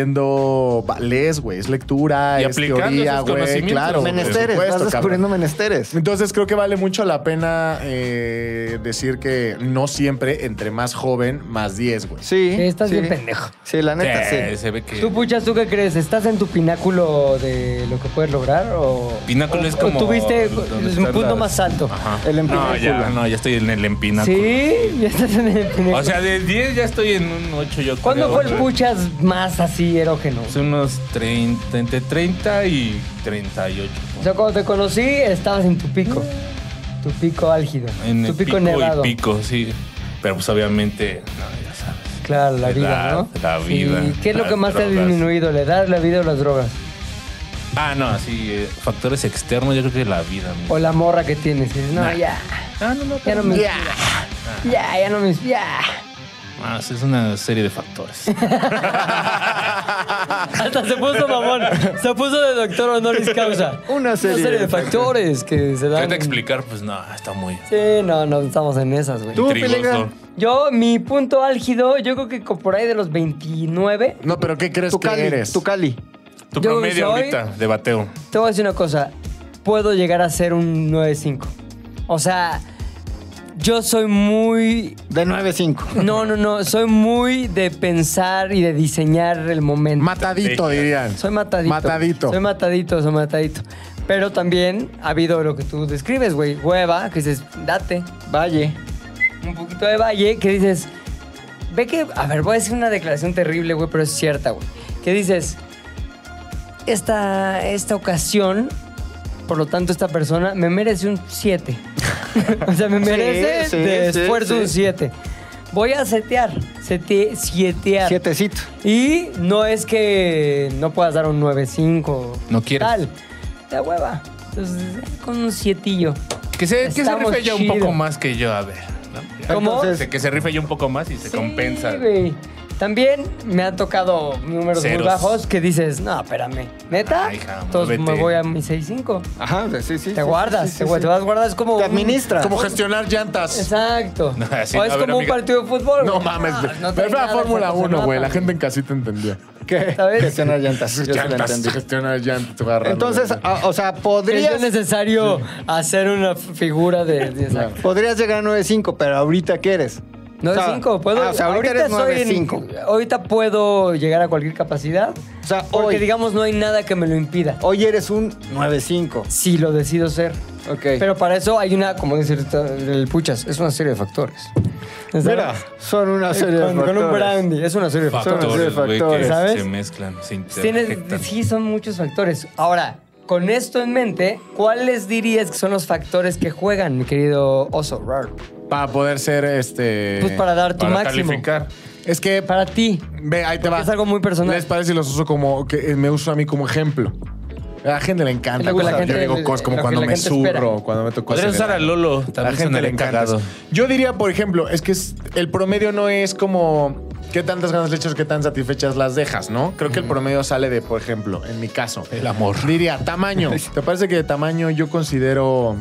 S3: descubriendo va- lees, güey, es lectura,
S4: Y
S3: es
S4: aplicando
S3: teoría,
S4: esos
S3: güey,
S4: conocimientos,
S3: claro. güey, por
S2: Menesteres,
S3: supuesto,
S2: vas
S3: cabrón.
S2: descubriendo menesteres.
S3: Entonces creo que vale mucho la pena eh, decir que no siempre entre más joven más 10, güey.
S2: Sí.
S1: Sí, estás
S2: sí.
S1: bien pendejo.
S2: Sí, la neta,
S4: Sí,
S2: sí.
S4: Se ve que.
S1: Tú, Puchas, ¿tú qué crees? ¿Estás en tu pináculo de lo que puedes lograr? O,
S4: Pináculo
S1: o-
S4: es como.
S1: o tuviste
S4: donde Ah,
S1: el
S4: están
S1: punto
S4: las-
S1: más alto.
S4: Ajá.
S2: El
S4: No,
S2: empináculo.
S4: ya, no, ya estoy en el empináculo.
S1: Sí, ya estás en el pináculo.
S4: O sea, de 10 ya estoy en un 8 yo
S1: ¿Cuándo
S4: creo,
S1: fue el
S4: güey.
S1: Puchas más así erógeno?
S4: Hace unos 30, entre 30 y 38.
S1: O sea, cuando te conocí, estabas en tu pico. Tu pico álgido.
S4: En
S1: tu
S4: el
S1: pico, nevado.
S4: y pico, sí. Pero pues obviamente, no, ya sabes.
S1: Claro, la
S4: La
S1: vida, ¿no?
S4: la vida,
S1: ¿Y qué es lo
S4: las
S1: que más te ha
S4: drogas.
S1: disminuido? ¿La edad, la vida o las drogas?
S4: Ah, no, sí, eh, factores externos, yo creo que la vida. mi-
S1: ¿O la morra que tienes? Y dices, no,
S4: Nah.
S1: ya.
S4: Ah, no, no,
S1: Ya no me.
S4: no.
S1: Ya, ya, ya no me. Ya.
S4: Ah, sí, es una serie de factores.
S1: Hasta se puso mamón. Se puso de doctor honoris causa.
S2: Una serie
S1: de,
S2: de
S1: factores que se dan.
S4: Trata de explicar, pues no, está muy
S1: Sí, no, no estamos en esas, güey.
S2: Tú,
S4: intrigoso.
S2: Pilinga.
S1: Yo, mi punto álgido, yo creo que co- por ahí de los 29.
S3: No, pero ¿qué crees
S2: Tu
S3: que
S2: Cali,
S3: eres?
S2: tu Cali.
S4: Tu
S1: Yo
S4: promedio
S1: soy-
S4: ahorita de bateo.
S1: Te voy a decir una cosa. Puedo llegar a ser un 9.5. O sea, yo soy muy.
S2: De 9-5.
S1: No, no, no. Soy muy de pensar y de diseñar el momento.
S3: Matadito, dirían.
S1: Soy matadito.
S3: Matadito.
S1: Soy matadito, soy matadito. Pero también ha habido lo que tú describes, güey. Hueva, que dices, date. Valle. Un poquito de valle, que dices, ve que, a ver, voy a decir una declaración terrible, güey, pero es cierta, güey. Que dices, esta, esta ocasión, por lo tanto, esta persona me merece un 7. o sea, me
S2: Sí,
S1: merece
S2: sí,
S1: de
S2: sí,
S1: esfuerzo
S2: sí.
S1: un 7. Voy a setear. Sete, sietear.
S2: Sietecito.
S1: Y no es que no puedas dar un 9.5.
S4: No quieres.
S1: Tal. La hueva. Entonces, eh, con un sietillo.
S4: Que se, que se
S1: Estamos
S4: rife ya un
S1: chido.
S4: poco más que yo, a ver. ¿no? Ya.
S1: ¿Cómo?
S4: Se- que se rife ya un poco más y se compensa.
S1: Sí, güey. También me han tocado números muy
S4: Ceros.
S1: bajos que dices, no, espérame. ¿Neta?
S4: Ay, hija,
S1: Entonces me
S4: muévete.
S1: voy a mi 6.5.
S2: Ajá, sí, sí.
S1: Te guardas, te, guardas, te vas guardas como.
S2: Te
S1: un-
S2: administras.
S3: Como gestionar llantas.
S1: Exacto.
S4: Así,
S1: o
S4: a
S1: es
S4: ver,
S1: como
S4: amiga.
S1: un partido de fútbol.
S3: No
S1: güey.
S3: mames.
S1: Ah, no
S3: Ve
S1: traes
S3: la
S1: nada,
S3: Fórmula
S1: no pasa
S3: 1, güey.
S1: nada.
S3: La gente en casita entendió.
S2: ¿Qué?
S1: ¿Sabes?
S2: Gestionar llantas. Yo se la
S3: Llantas,
S2: entendí.
S3: gestionar llantas. voy a agarrar.
S2: Entonces, a- o sea,
S1: Creyó
S2: podrías,
S1: necesario hacer una f- figura de. de- exacto.
S2: podrías llegar a 9-5, pero ahorita ¿qué eres?
S1: No de
S2: O sea,
S1: 5, puedo.
S2: ah, o sea, ahorita, eres
S1: soy en-
S2: 9-5.
S1: ahorita puedo llegar a cualquier capacidad.
S2: O sea,
S1: Porque
S2: hoy,
S1: digamos, no hay nada que me lo impida.
S2: hoy eres un 9-5.
S1: Si lo decido ser.
S2: Ok.
S1: Pero para eso hay una, como dice ahorita el Puchas, es una serie de factores. ¿Sabes?
S2: Mira, son una serie
S1: eh, con,
S2: de
S1: con un
S2: factores.
S1: brandy, es una serie de factores.
S4: Factores, güey, que
S2: factores,
S1: ¿sabes?
S4: se mezclan, se interconectan.
S1: Tienes, sí, son muchos factores. Ahora, con esto en mente, ¿cuáles dirías que son los factores que juegan, mi querido oso? Rar?
S3: Para poder ser este.
S1: Pues para dar tu
S4: Eh, Para
S1: máximo.
S4: calificar.
S3: Es que.
S1: Para ti.
S3: Ve, ahí te va.
S1: es algo muy personal.
S3: ¿Les parece si los uso como. que eh, me uso a mí como ejemplo? A la gente le encanta.
S1: Lo que la
S3: cosas.
S1: gente-
S3: yo digo cosas como
S1: lo que
S3: cuando
S1: la
S3: me
S1: gente espera.
S3: zurro, cuando me toco
S4: Podrías usar a Lolo, también
S3: la gente le
S4: sonaría
S3: encanta
S4: cagado.
S3: eso. Yo diría, por ejemplo, es que es- el promedio no es como ¿Qué tantas ganas le echas, qué tan satisfechas las dejas, no? Creo que el promedio sale de, por ejemplo, en mi caso.
S4: El amor.
S3: Diría, tamaño. ¿Te parece que de tamaño yo considero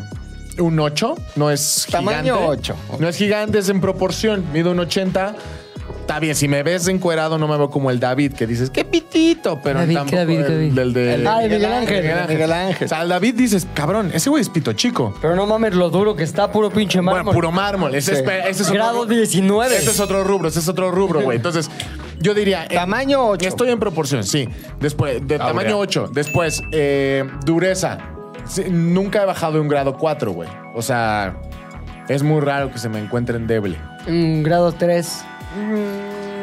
S3: un 8? No es gigante.
S2: Tamaño ocho.
S1: Ah,
S3: No es gigante, es en proporción. Mido un 80. Está bien, si me ves encuerado no me veo como el David, que dices, qué pitito, pero
S1: David, ¿qué
S3: tampoco
S1: David,
S3: el,
S1: qué David?
S3: del de...
S2: El- Ah, el Miguel Ángel, Miguel Ángel.
S3: O sea, al David dices, cabrón, ese güey es pito chico.
S1: Pero no mames lo duro que está, puro pinche mármol.
S3: Bueno, puro mármol. Ese,
S2: Sí.
S3: es, pe- ese es otro
S1: Grado
S3: rubro.
S1: 19.
S3: Ese es otro rubro, ese es otro rubro, güey. Entonces, yo diría... eh,
S2: Tamaño 8.
S3: Estoy en proporción, sí. Después, de
S4: Áurea.
S3: tamaño 8. Después, eh, dureza. Sí, nunca he bajado de un grado 4, güey. O sea, es muy raro que se me encuentre endeble.
S1: Mm, grado 3.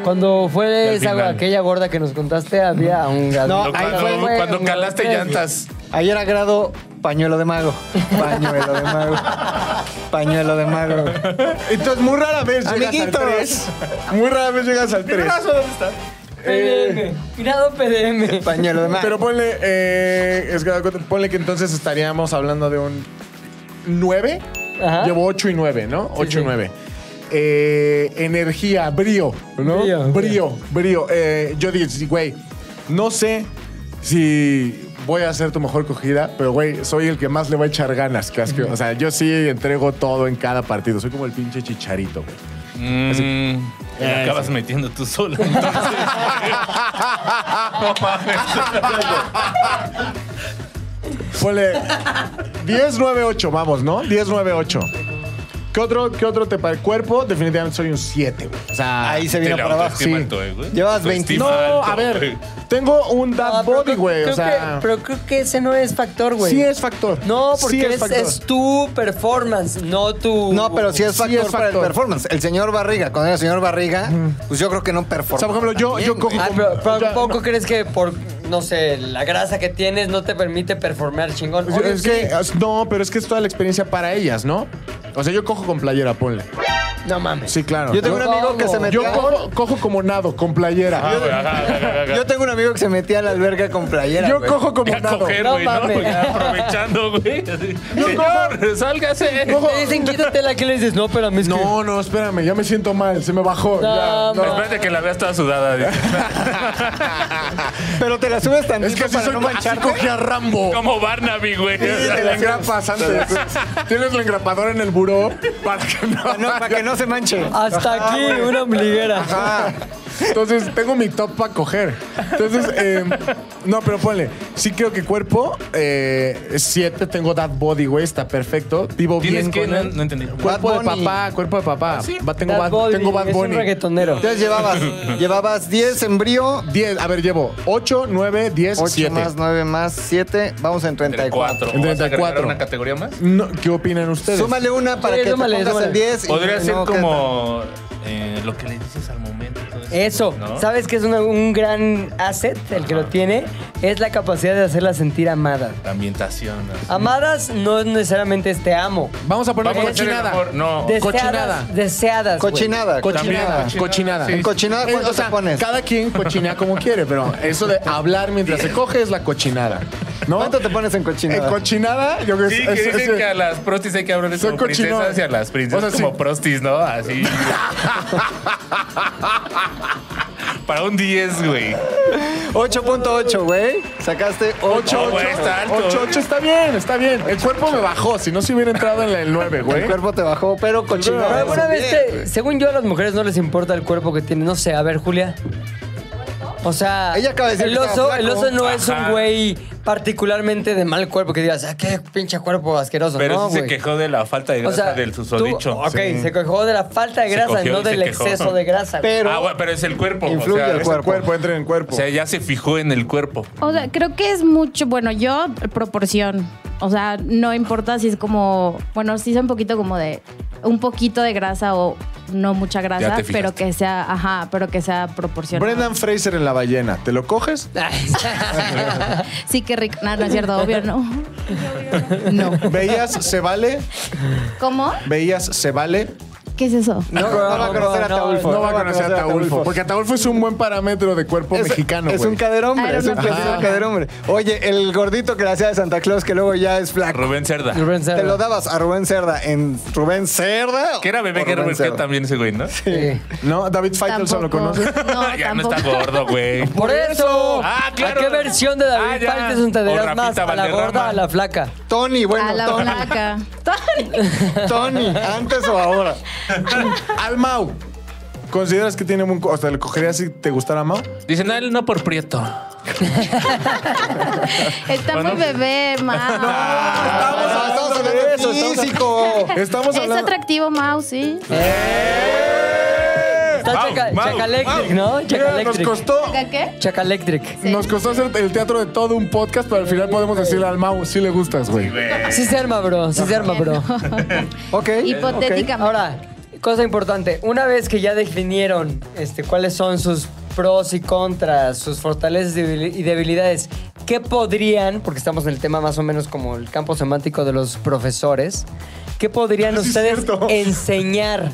S1: Cuando
S3: Y al
S1: fue esa-
S3: final.
S1: aquella gorda que nos contaste, había un grado.
S2: No,
S4: Cuando-
S2: ahí
S4: cuando,
S2: fue,
S4: cuando
S1: un grado
S4: calaste
S1: tres.
S4: llantas.
S2: Ahí era grado pañuelo de mago. Pañuelo de mago. Pañuelo de mago.
S3: Entonces, muy rara vez llegas
S2: Amiguitos.
S3: al 3. Muy rara vez llegas al Eh, 3.
S1: PDM. Grado PDM.
S2: Pañuelo de mago.
S3: Pero ponle, eh, es grado 4. ponle que entonces estaríamos hablando de un 9.
S1: Ajá.
S3: Llevo 8 y 9, ¿no? 8
S1: sí.
S3: y 9. Eh, energía, brío, ¿no?
S1: Brío.
S3: Brío, brío. Eh, yo digo, sí, güey, no sé si voy a hacer tu mejor cogida, pero güey, soy el que más le va a echar ganas. que asco. O sea, yo sí entrego todo en cada partido. Soy como el pinche chicharito, güey.
S4: Mm,
S1: Ah,
S4: te
S3: Eh,
S4: acabas
S3: sí.
S4: metiendo tú solo. entonces. no mames.
S3: Ponle 10, 9, 8, vamos, ¿no? 10, 9, 8. ¿Qué otro, qué otro te parece? Cuerpo, definitivamente soy un 7, güey. O sea,
S2: Ahí se
S4: Te
S2: vino
S4: la
S2: para abajo.
S4: autoestima
S2: Sí.
S4: alto, eh, güey.
S2: Llevas
S4: Autoestima
S2: 20.
S3: No,
S4: alto,
S3: a ver,
S4: güey.
S3: tengo un
S1: Ah,
S3: dad
S1: pero
S3: body,
S1: creo-
S3: güey. O
S1: creo
S3: sea,
S1: que- pero creo que ese no es factor, güey.
S3: sí es factor.
S1: No, porque
S3: Sí
S1: es, es tu performance, no tu.
S2: No, pero sí es
S3: Sí
S2: factor,
S3: es
S2: para el
S3: factor.
S2: performance. El señor Barriga, cuando era el señor Barriga, pues yo creo que no performa.
S3: O sea, por ejemplo, yo, yo cojo.
S1: Ah,
S3: con-
S1: pero, pero
S3: o sea,
S1: tampoco
S3: no.
S1: crees que por, no sé, la grasa que tienes no te permite performar chingón.
S3: Es-
S1: Obvio,
S3: Es
S1: sí.
S3: que, es- no, pero es que es toda la experiencia para ellas, ¿no? O sea, yo cojo con playera, ponle.
S1: No mames.
S3: Sí, claro.
S2: Yo tengo un
S1: Yo
S2: amigo
S1: como-
S2: que se
S3: Yo
S2: metía.
S3: cojo, cojo como nado, con playera.
S4: Ah, güey, ajá, ajá, ajá, ajá.
S2: Yo tengo un amigo que se metía a la alberga con playera.
S3: yo
S2: güey.
S3: cojo como
S4: Ya
S3: nado.
S4: coger,
S1: No
S4: güey, ¿no?
S1: mames.
S4: Ya Aprovechando, güey. Así,
S3: Yo
S4: Señor, sálgase.
S3: Cojo-
S1: Te dicen quítate la que le dices, no, pero a mí es que.
S3: No, no, espérame, ya me siento mal, se me bajó.
S1: No,
S3: ya, no.
S4: Espérate que la veas toda sudada. dice.
S2: Pero te la subes tantito
S3: Es que así
S2: para
S3: soy
S2: no
S3: así
S2: mancharte.
S3: cogí a Rambo.
S4: Como Barnaby, güey.
S3: Sí, te la engrapas antes. Tienes la engrapadora en el buró para que no.
S2: Para no- para que no se manche.
S1: Hasta aquí, una ombliguera.
S2: Ah,
S3: Ajá. Entonces, tengo mi top para coger. Entonces, eh, no, pero ponle. Sí creo que cuerpo, 7, tengo that body, güey, está perfecto. Vivo
S4: Tienes
S3: bien
S4: que.
S3: con
S4: No,
S3: él.
S4: no entendí.
S3: Cuerpo
S2: Bad
S3: de
S2: Bunny.
S3: papá, cuerpo de papá.
S2: Ah,
S3: Va- tengo,
S1: Bad
S3: bad,
S1: Bunny,
S3: tengo Bad
S1: es un
S3: Bunny.
S1: reggaetonero.
S2: Entonces llevabas, llevabas 10 en brío,
S3: 10, a ver, llevo 8, 9, 10,
S2: 8
S3: 7.
S2: más 9 más 7 vamos en 34.
S4: 34.
S3: En
S4: ¿Vas a agregar
S3: 34.
S4: una categoría más?
S3: No, ¿Qué opinan ustedes?
S2: Súmale una para
S1: Sí,
S2: que
S1: súmale,
S2: te pongas
S1: súmale.
S2: en 10. y
S4: Podría
S2: no
S4: ser
S2: quede
S4: como eh, lo que le dices al momento. entonces,
S1: Eso,
S4: ¿no?
S1: ¿sabes que es una- un gran asset el que lo tiene? Es la capacidad de hacerla sentir amada.
S4: La ambientación. así.
S1: Ah, Amadas no es necesariamente este amo.
S3: Vamos a poner
S4: Vamos a hacer el
S3: cochinada.
S4: amor. No.
S1: Deseadas,
S3: Cochinada.
S1: Deseadas. güey.
S2: Cochinada.
S3: Cochinada.
S4: También,
S3: Cochinada.
S4: cochinada, sí.
S2: En cochinada,
S3: Eh,
S2: ¿cuánto
S3: o sea,
S2: te pones?
S3: Cada quien cochinea como quiere, pero eso de hablar mientras se coge es la cochinada. ¿No?
S2: ¿Cuánto te pones en
S3: En
S2: cochinada?
S3: cochinada, yo creo que
S4: Sí,
S3: es-
S4: que
S3: es-
S4: dicen
S3: es-
S4: que a las prostis hay que hablarles
S3: Soy
S4: como
S3: cochino.
S4: princesas y a las princesas
S3: O sea, sí.
S4: como prostis, ¿no? Así. Para un 10, güey.
S2: 8.8, güey. Sacaste 8.
S4: No, güey, está alto.
S3: 8, 8 está bien, está bien. El cuerpo me bajó, si no se hubiera entrado en el 9, güey.
S2: El cuerpo te bajó, pero
S1: Pero
S2: cochinada.
S1: alguna vez,
S2: Bien.
S1: te- según yo, a las mujeres no les importa el cuerpo que tienen. No sé, a ver, Julia. O sea,
S2: Ella acaba de decir
S1: el,
S2: que estaba
S1: oso,
S2: flaco.
S1: el oso no es un
S4: Ajá.
S1: güey particularmente de mal cuerpo que digas, ah, qué pinche cuerpo asqueroso.
S4: Pero
S1: no,
S4: sí se
S1: güey.
S4: quejó de la falta de grasa del
S1: tú-
S4: susodicho.
S1: ok,
S4: Sí. Ah,
S1: se quejó de la falta de
S4: Se
S1: grasa,
S4: cogió
S1: no
S4: y se
S1: del
S4: quejó.
S1: exceso de grasa. güey.
S2: Pero
S4: ah, bueno, pero es el cuerpo.
S2: Influye
S4: o sea,
S2: el
S4: es-
S3: Es el
S2: cuerpo.
S3: cuerpo, entra en el cuerpo.
S4: O sea, ya se fijó en el cuerpo.
S5: O sea, creo que es mucho, bueno, yo proporción. O sea, no importa si es como, bueno, si es un poquito como de un poquito de grasa o no mucha
S4: Ya
S5: grasa,
S4: te fijaste.
S5: pero que sea, ajá, pero que sea proporcional.
S3: Brendan Fraser en la ballena, ¿te lo coges?
S5: Sí, qué rico. No, no es cierto, obvio, no. No.
S3: ¿Veías se vale?
S5: ¿Cómo?
S3: ¿Veías se vale?
S5: ¿Qué es eso?
S2: No, no va a conocer a
S1: no,
S2: Taulfo.
S3: No va a conocer a Taulfo. Porque Taulfo es un buen parámetro de cuerpo
S2: Es,
S3: mexicano,
S2: es
S3: güey.
S2: un caderombre,
S5: Iron
S2: es un
S5: Man.
S2: clásico
S5: Ajá.
S2: caderombre. Oye, el gordito que le hacía de Santa Claus, que luego ya es flaco.
S4: Rubén Cerda.
S1: Rubén Cerda.
S2: Te lo dabas a Rubén Cerda en Rubén Cerda.
S4: Que era bebé
S2: o
S4: que
S2: Rubén
S4: Rubén Cerda
S2: Cerda?
S4: también ese güey, ¿no?
S1: Sí.
S3: No, David Faitelson lo
S5: Tampoco.
S3: conoce.
S5: No,
S4: ya
S5: tampoco.
S4: no está gordo, güey.
S1: Por eso.
S4: Ah, claro.
S1: ¿A qué versión de
S4: Ah,
S1: David
S4: ya.
S1: Faitelson te
S4: O
S1: adherías
S4: Rafita
S1: más? ¿A la
S4: Valderrama.
S1: gorda, a la flaca?
S2: Tony, bueno,
S5: A la
S2: Tony,
S5: placa.
S2: Tony, antes o ahora.
S3: Al Mau. ¿Consideras que tiene un... O sea, ¿le cogerías si te gustara Mau?
S4: Dicen, no, él no por prieto.
S5: Está
S4: Bueno.
S5: muy bebé, Mau.
S2: Ah, Estamos
S3: hablando
S2: hablando
S3: de
S2: de eso,
S3: eso, estamos-
S2: físico.
S3: Estamos
S5: Es
S3: Ah, hablando... Eh,
S5: atractivo, Mau, sí.
S1: Está
S4: Mau,
S1: Chaca,
S4: Mau,
S1: Chaca Electric, ¿no? Chaca
S3: Mira, nos
S1: Electric.
S3: costó...
S5: ¿Qué?
S1: Chaca Electric.
S3: Nos costó hacer el teatro de todo un podcast, pero al final podemos decirle al Mau, sí le gustas, güey.
S1: Sí se arma, bro. Sí se arma, bro.
S2: Ok.
S5: Hipotética.
S1: Ahora, cosa importante. Una vez que ya definieron este, cuáles son sus pros y contras, sus fortalezas y debil- y debilidades, ¿qué podrían, porque estamos en el tema más o menos como el campo semántico de los profesores, ¿qué podrían
S3: Sí, es
S1: ustedes
S3: cierto.
S1: enseñar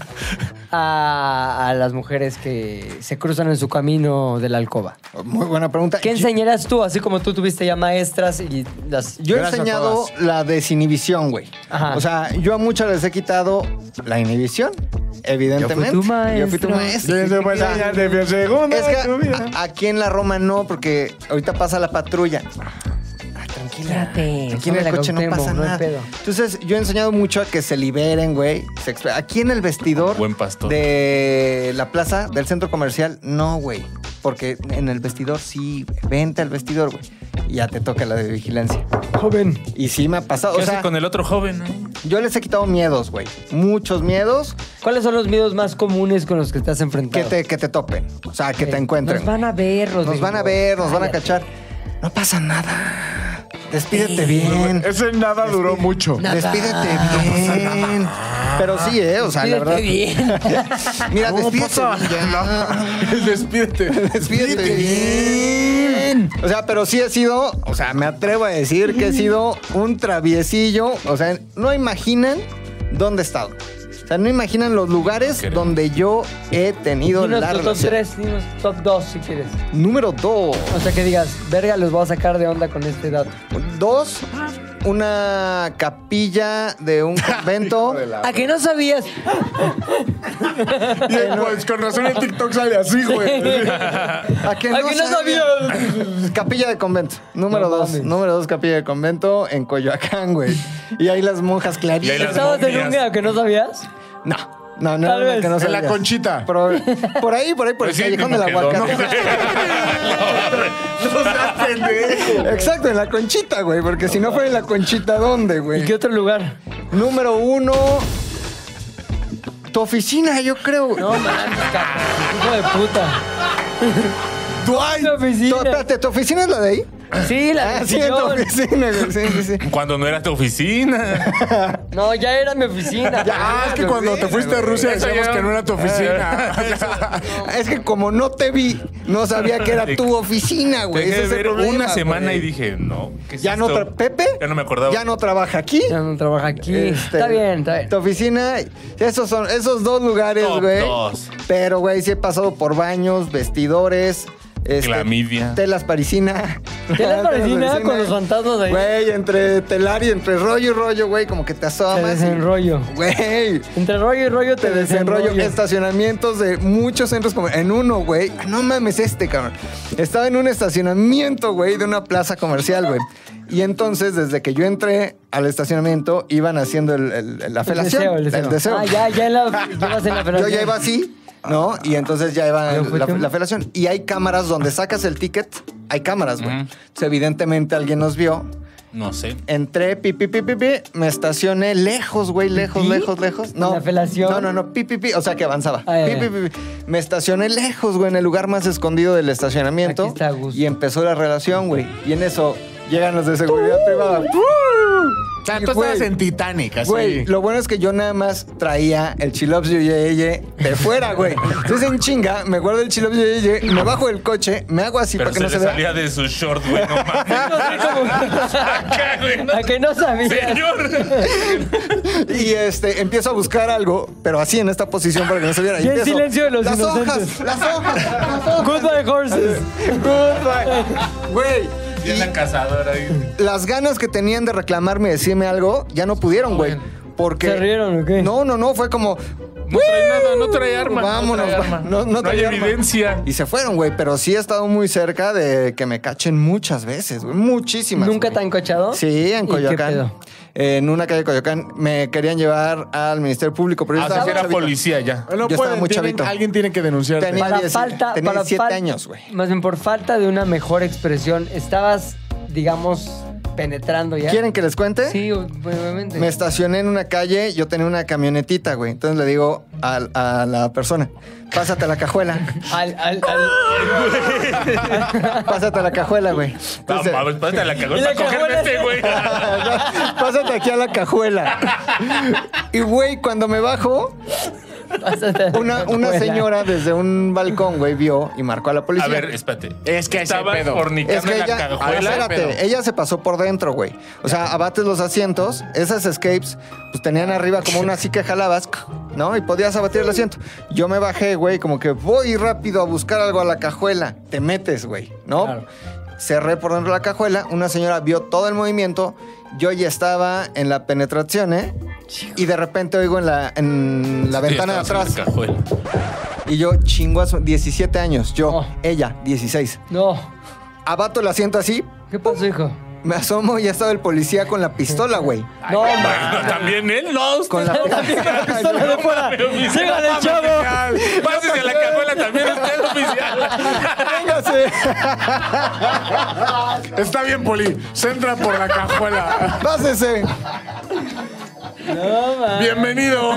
S1: a, a las mujeres que se cruzan en su camino de la alcoba?
S2: Ok. Muy buena pregunta.
S1: ¿Qué enseñarás tú? Así como tú tuviste ya maestras y las...
S2: Yo he
S3: Gracias a
S2: enseñado
S3: todas.
S2: la desinhibición, güey.
S1: Ajá.
S2: O sea, yo a muchas les he quitado la inhibición, evidentemente.
S1: Yo fui tu maestro.
S2: maestro.
S3: Ya se fue la señal de mi segunda
S2: Es
S3: de tu
S2: que
S3: vida.
S2: a- aquí en la Roma no, porque ahorita pasa la patrulla. Ah, Tranquila.
S1: Espérate,
S2: Aquí en el
S1: súbele
S2: coche no
S1: con
S2: pasa
S1: Temo, no hay
S2: nada.
S1: pedo.
S2: Entonces, yo he enseñado mucho a que se liberen, güey. se exp- Aquí en el vestidor
S4: Buen pastor.
S2: de la plaza, del centro comercial, no, güey. Porque en el vestidor sí, güey. vente al vestidor, güey. Y ya te toca la de vigilancia.
S3: Joven.
S2: Y sí me ha pasado.
S4: ¿Qué
S2: O sea,
S4: hace con el otro joven? no?
S2: yo les he quitado miedos, güey. Muchos miedos
S1: ¿Cuáles son los miedos más comunes con los que te has
S2: que
S1: enfrentado?
S2: te, que te topen. O sea, que te encuentren.
S1: Nos van a ver, Rodrigo.
S2: Nos van a ver, nos van a
S1: Cállate.
S2: cachar. No pasa nada. Despídete bien.
S3: Ese nada duró mucho.
S2: Despídete bien. Pero sí, eh, o sea, la verdad.
S1: Despídete bien.
S2: Mira, despídete
S3: pasa?
S2: bien. ya.
S3: El despídete.
S2: Despídete bien. O sea, pero sí he sido, o sea, me atrevo a decir que he sido un traviesillo. O sea, no imaginan dónde he estado. O sea, no imaginan los lugares
S4: Ok.
S2: donde yo he tenido
S1: Dinos
S2: la
S1: tu top
S2: relación.
S1: 3, dinos tu top 2 si quieres.
S2: Número dos.
S1: O sea que digas, verga, los voy a sacar de onda con este dato.
S2: Dos, una capilla de un convento.
S1: ¿A que no sabías?
S3: Y el- pues, con razón el TikTok sale así, güey.
S2: ¿A que
S1: ¿A que no
S2: sabías? Capilla de convento. Número
S1: No
S2: dos.
S1: mames.
S2: Número dos, capilla de convento en Coyoacán, güey. Y ahí las monjas
S4: Y ahí
S2: claritas.
S4: las
S1: ¿Estabas en
S4: momias.
S1: un ¿a que no sabías?
S2: No, no, no.
S1: Tal
S2: no,
S1: vez.
S2: que no
S3: En la
S2: sabías.
S3: conchita.
S2: Pero- por ahí, por ahí, por el
S4: Pues sí,
S2: callejón de
S4: como
S2: la
S4: que no,
S2: Huacate. Exacto, en la conchita, güey. Porque si no fuera en la conchita, ¿dónde,
S1: ¿Y
S2: güey?
S1: qué otro lugar?
S2: Número uno. Tu oficina, yo creo, güey.
S1: No mames, cabrón. Hijo de puta.
S2: Dwight.
S1: Tu oficina.
S2: Tu- espérate, ¿tu oficina es la de ahí?
S1: Sí, la
S2: Ah, sí, en tu
S1: decisión.
S2: oficina, güey. Sí, sí, sí.
S4: Cuando no era tu oficina.
S1: No, ya era mi oficina.
S3: Ah, es que cuando te fuiste a Rusia
S4: Eso
S3: decíamos
S4: ya-
S3: que no era tu oficina.
S2: Es que como no te vi, no sabía que era tu oficina, güey.
S4: Dejé
S2: Ese
S4: de
S2: es el
S4: ver
S2: problema,
S4: una
S2: güey.
S4: semana y dije, no. ¿qué es
S2: Ya no
S4: esto?
S2: tra- Pepe.
S4: Ya no me acordaba.
S2: Ya no trabaja aquí.
S1: Ya no trabaja aquí.
S2: Este,
S1: Está bien, está bien.
S2: Tu oficina, esos son esos dos lugares,
S4: Top
S2: güey.
S4: dos.
S2: Pero, güey, sí he pasado por baños, vestidores, este,
S4: Clamidia.
S2: telas parisina.
S1: Telas parisina con los fantasmas ahí.
S2: Güey, entre telar y entre rollo y rollo, güey, como que te
S1: Te
S2: asomas. y-
S1: desenrollo.
S2: Güey,
S1: Entre rollo y rollo
S2: te desenrollo estacionamientos de muchos centros comer- en uno, güey. Ah, No mames este, cabrón. Estaba en un estacionamiento, güey, de una plaza comercial, güey. Y entonces, desde que yo entré al estacionamiento, iban haciendo el- el- la felación.
S1: El deseo, el deseo. Ah, ya, ya la, llevas en la
S2: Yo
S1: felación.
S2: ya iba así, ¿no? Y entonces ya iba
S1: Pero
S2: el-
S1: fue
S2: la,
S1: que-
S2: la felación. Y hay cámaras donde sacas el ticket, hay cámaras, güey. Entonces, evidentemente alguien nos vio.
S4: No sé.
S2: Entré, pi, pi, pi, pi, pi, me estacioné lejos, güey, lejos,
S1: ¿Pi?
S2: lejos, lejos. No,
S1: ¿La felación?
S2: No, no, no, pi, pi, pi, o sea que avanzaba.
S1: Ah, ya,
S2: Pi,
S1: ya.
S2: pi, pi, pi. Me estacioné lejos, güey, en el lugar más escondido del estacionamiento.
S1: Aquí está a gusto.
S2: Y empezó la relación, güey. Y en eso Llegan los de seguridad privada.
S3: O sea,
S2: Y,
S3: tú estabas
S2: güey,
S3: en Titanic, así.
S2: Güey, lo bueno es que yo nada más traía el Chilops Yeye de fuera, güey. Entonces en chinga, me guardo el Chilops Yeye, me bajo del coche, me hago así
S4: Pero
S2: para que no
S4: se le
S2: se vea.
S4: salía de su short, güey, no mames. Acá, güey, no-
S1: A que no sabía.
S4: Señor.
S2: Y este, empiezo a buscar algo, pero así en esta posición para que no se viera.
S1: Y el
S2: empiezo,
S1: silencio de los
S2: las
S1: inocentes.
S2: hojas, las hojas, las hojas.
S1: Goodbye horses.
S2: Goodbye. Güey.
S4: Y es la cazadora. güey.
S2: Las ganas que tenían de reclamarme y decirme algo, ya no pudieron, güey. Porque.
S1: ¿Se rieron o qué?
S2: No, no, no, fue como.
S4: No trae nada, no trae arma.
S2: Vámonos,
S4: no trae arma.
S2: no- no
S4: hay
S2: trae arma.
S4: evidencia.
S2: Y se fueron, güey, pero sí he estado muy cerca de que me cachen muchas veces, güey, muchísimas.
S1: ¿Nunca
S2: güey.
S1: te han cochado?
S2: Sí, en
S1: ¿Oh? ¿Y qué
S2: Coyoacán.
S1: pedo?
S2: En una calle de Coyoacán me querían llevar al Ministerio Público, pero yo
S4: Ah, o sea,
S2: estaba
S4: si
S2: muy
S4: era
S2: chavito.
S4: policía ya.
S3: No
S2: Yo estaba
S3: pueden,
S2: muy
S3: tienen-
S2: chavito.
S3: Alguien tiene que denunciarte.
S2: Tenía-
S1: Para
S2: 10,
S1: falta.
S2: tenía
S1: para
S2: 7
S1: fal-
S2: años, güey.
S1: Más bien por falta de una mejor expresión. Estabas, digamos, penetrando ya.
S2: ¿Quieren que les cuente?
S1: Sí, obviamente.
S2: Me estacioné en una calle, yo tenía una camionetita, güey. Entonces le digo al- a, la persona, pásate a la cajuela,
S1: Al, al, al.
S2: pásate a la cajuela, güey.
S4: No,
S2: Entonces,
S4: mames, pásate la cagó
S1: Y la cagó
S4: para cogerme
S1: en
S4: este,
S1: ese-
S4: güey.
S2: pásate aquí a la cajuela. Y, güey, cuando me bajo,
S1: Pásate a la
S2: una, una
S1: cajuela.
S2: señora desde un balcón, güey, vio y marcó a la policía.
S4: A ver, espérate.
S3: Es que ese
S4: Estaba
S3: pedo.
S2: Es
S4: fornicando
S2: que
S4: en la
S2: ella, Ah,
S4: cajuela.
S2: espérate, ella se pasó por dentro, güey. O sea, abates los asientos, esas escapes, pues tenían arriba como una así que jalabas, ¿no? Y podías abatir el asiento. Yo me bajé, güey, como que voy rápido a buscar algo a la cajuela. Te metes, güey, ¿no?
S1: Claro.
S2: Cerré por dentro la cajuela, una señora vio todo el movimiento, yo ya estaba en la penetración, ¿eh? Y de repente oigo en la, en la
S4: Sí,
S2: ventana de
S4: estaba
S2: atrás.
S4: haciendo cajuela.
S2: Y yo, chingo, a su- 17 años, yo,
S1: Oh.
S2: ella, 16.
S1: No.
S2: Abato el asiento así,
S1: ¿Qué pasó, hijo?
S2: me asomo y ya estaba el policía con la pistola, güey.
S1: No,
S4: Bueno, también él, no. usted
S2: Ah. Con la
S1: pistola de fuera.
S4: Pero mi
S1: Síganle,
S4: no mames,
S1: chavo.
S4: oficial. Pásese a la cajuela también, usted oficial.
S2: ¡Véngase!
S3: Está bien, Poli. Se entra por la cajuela.
S2: ¡Pásese!
S3: Bienvenido.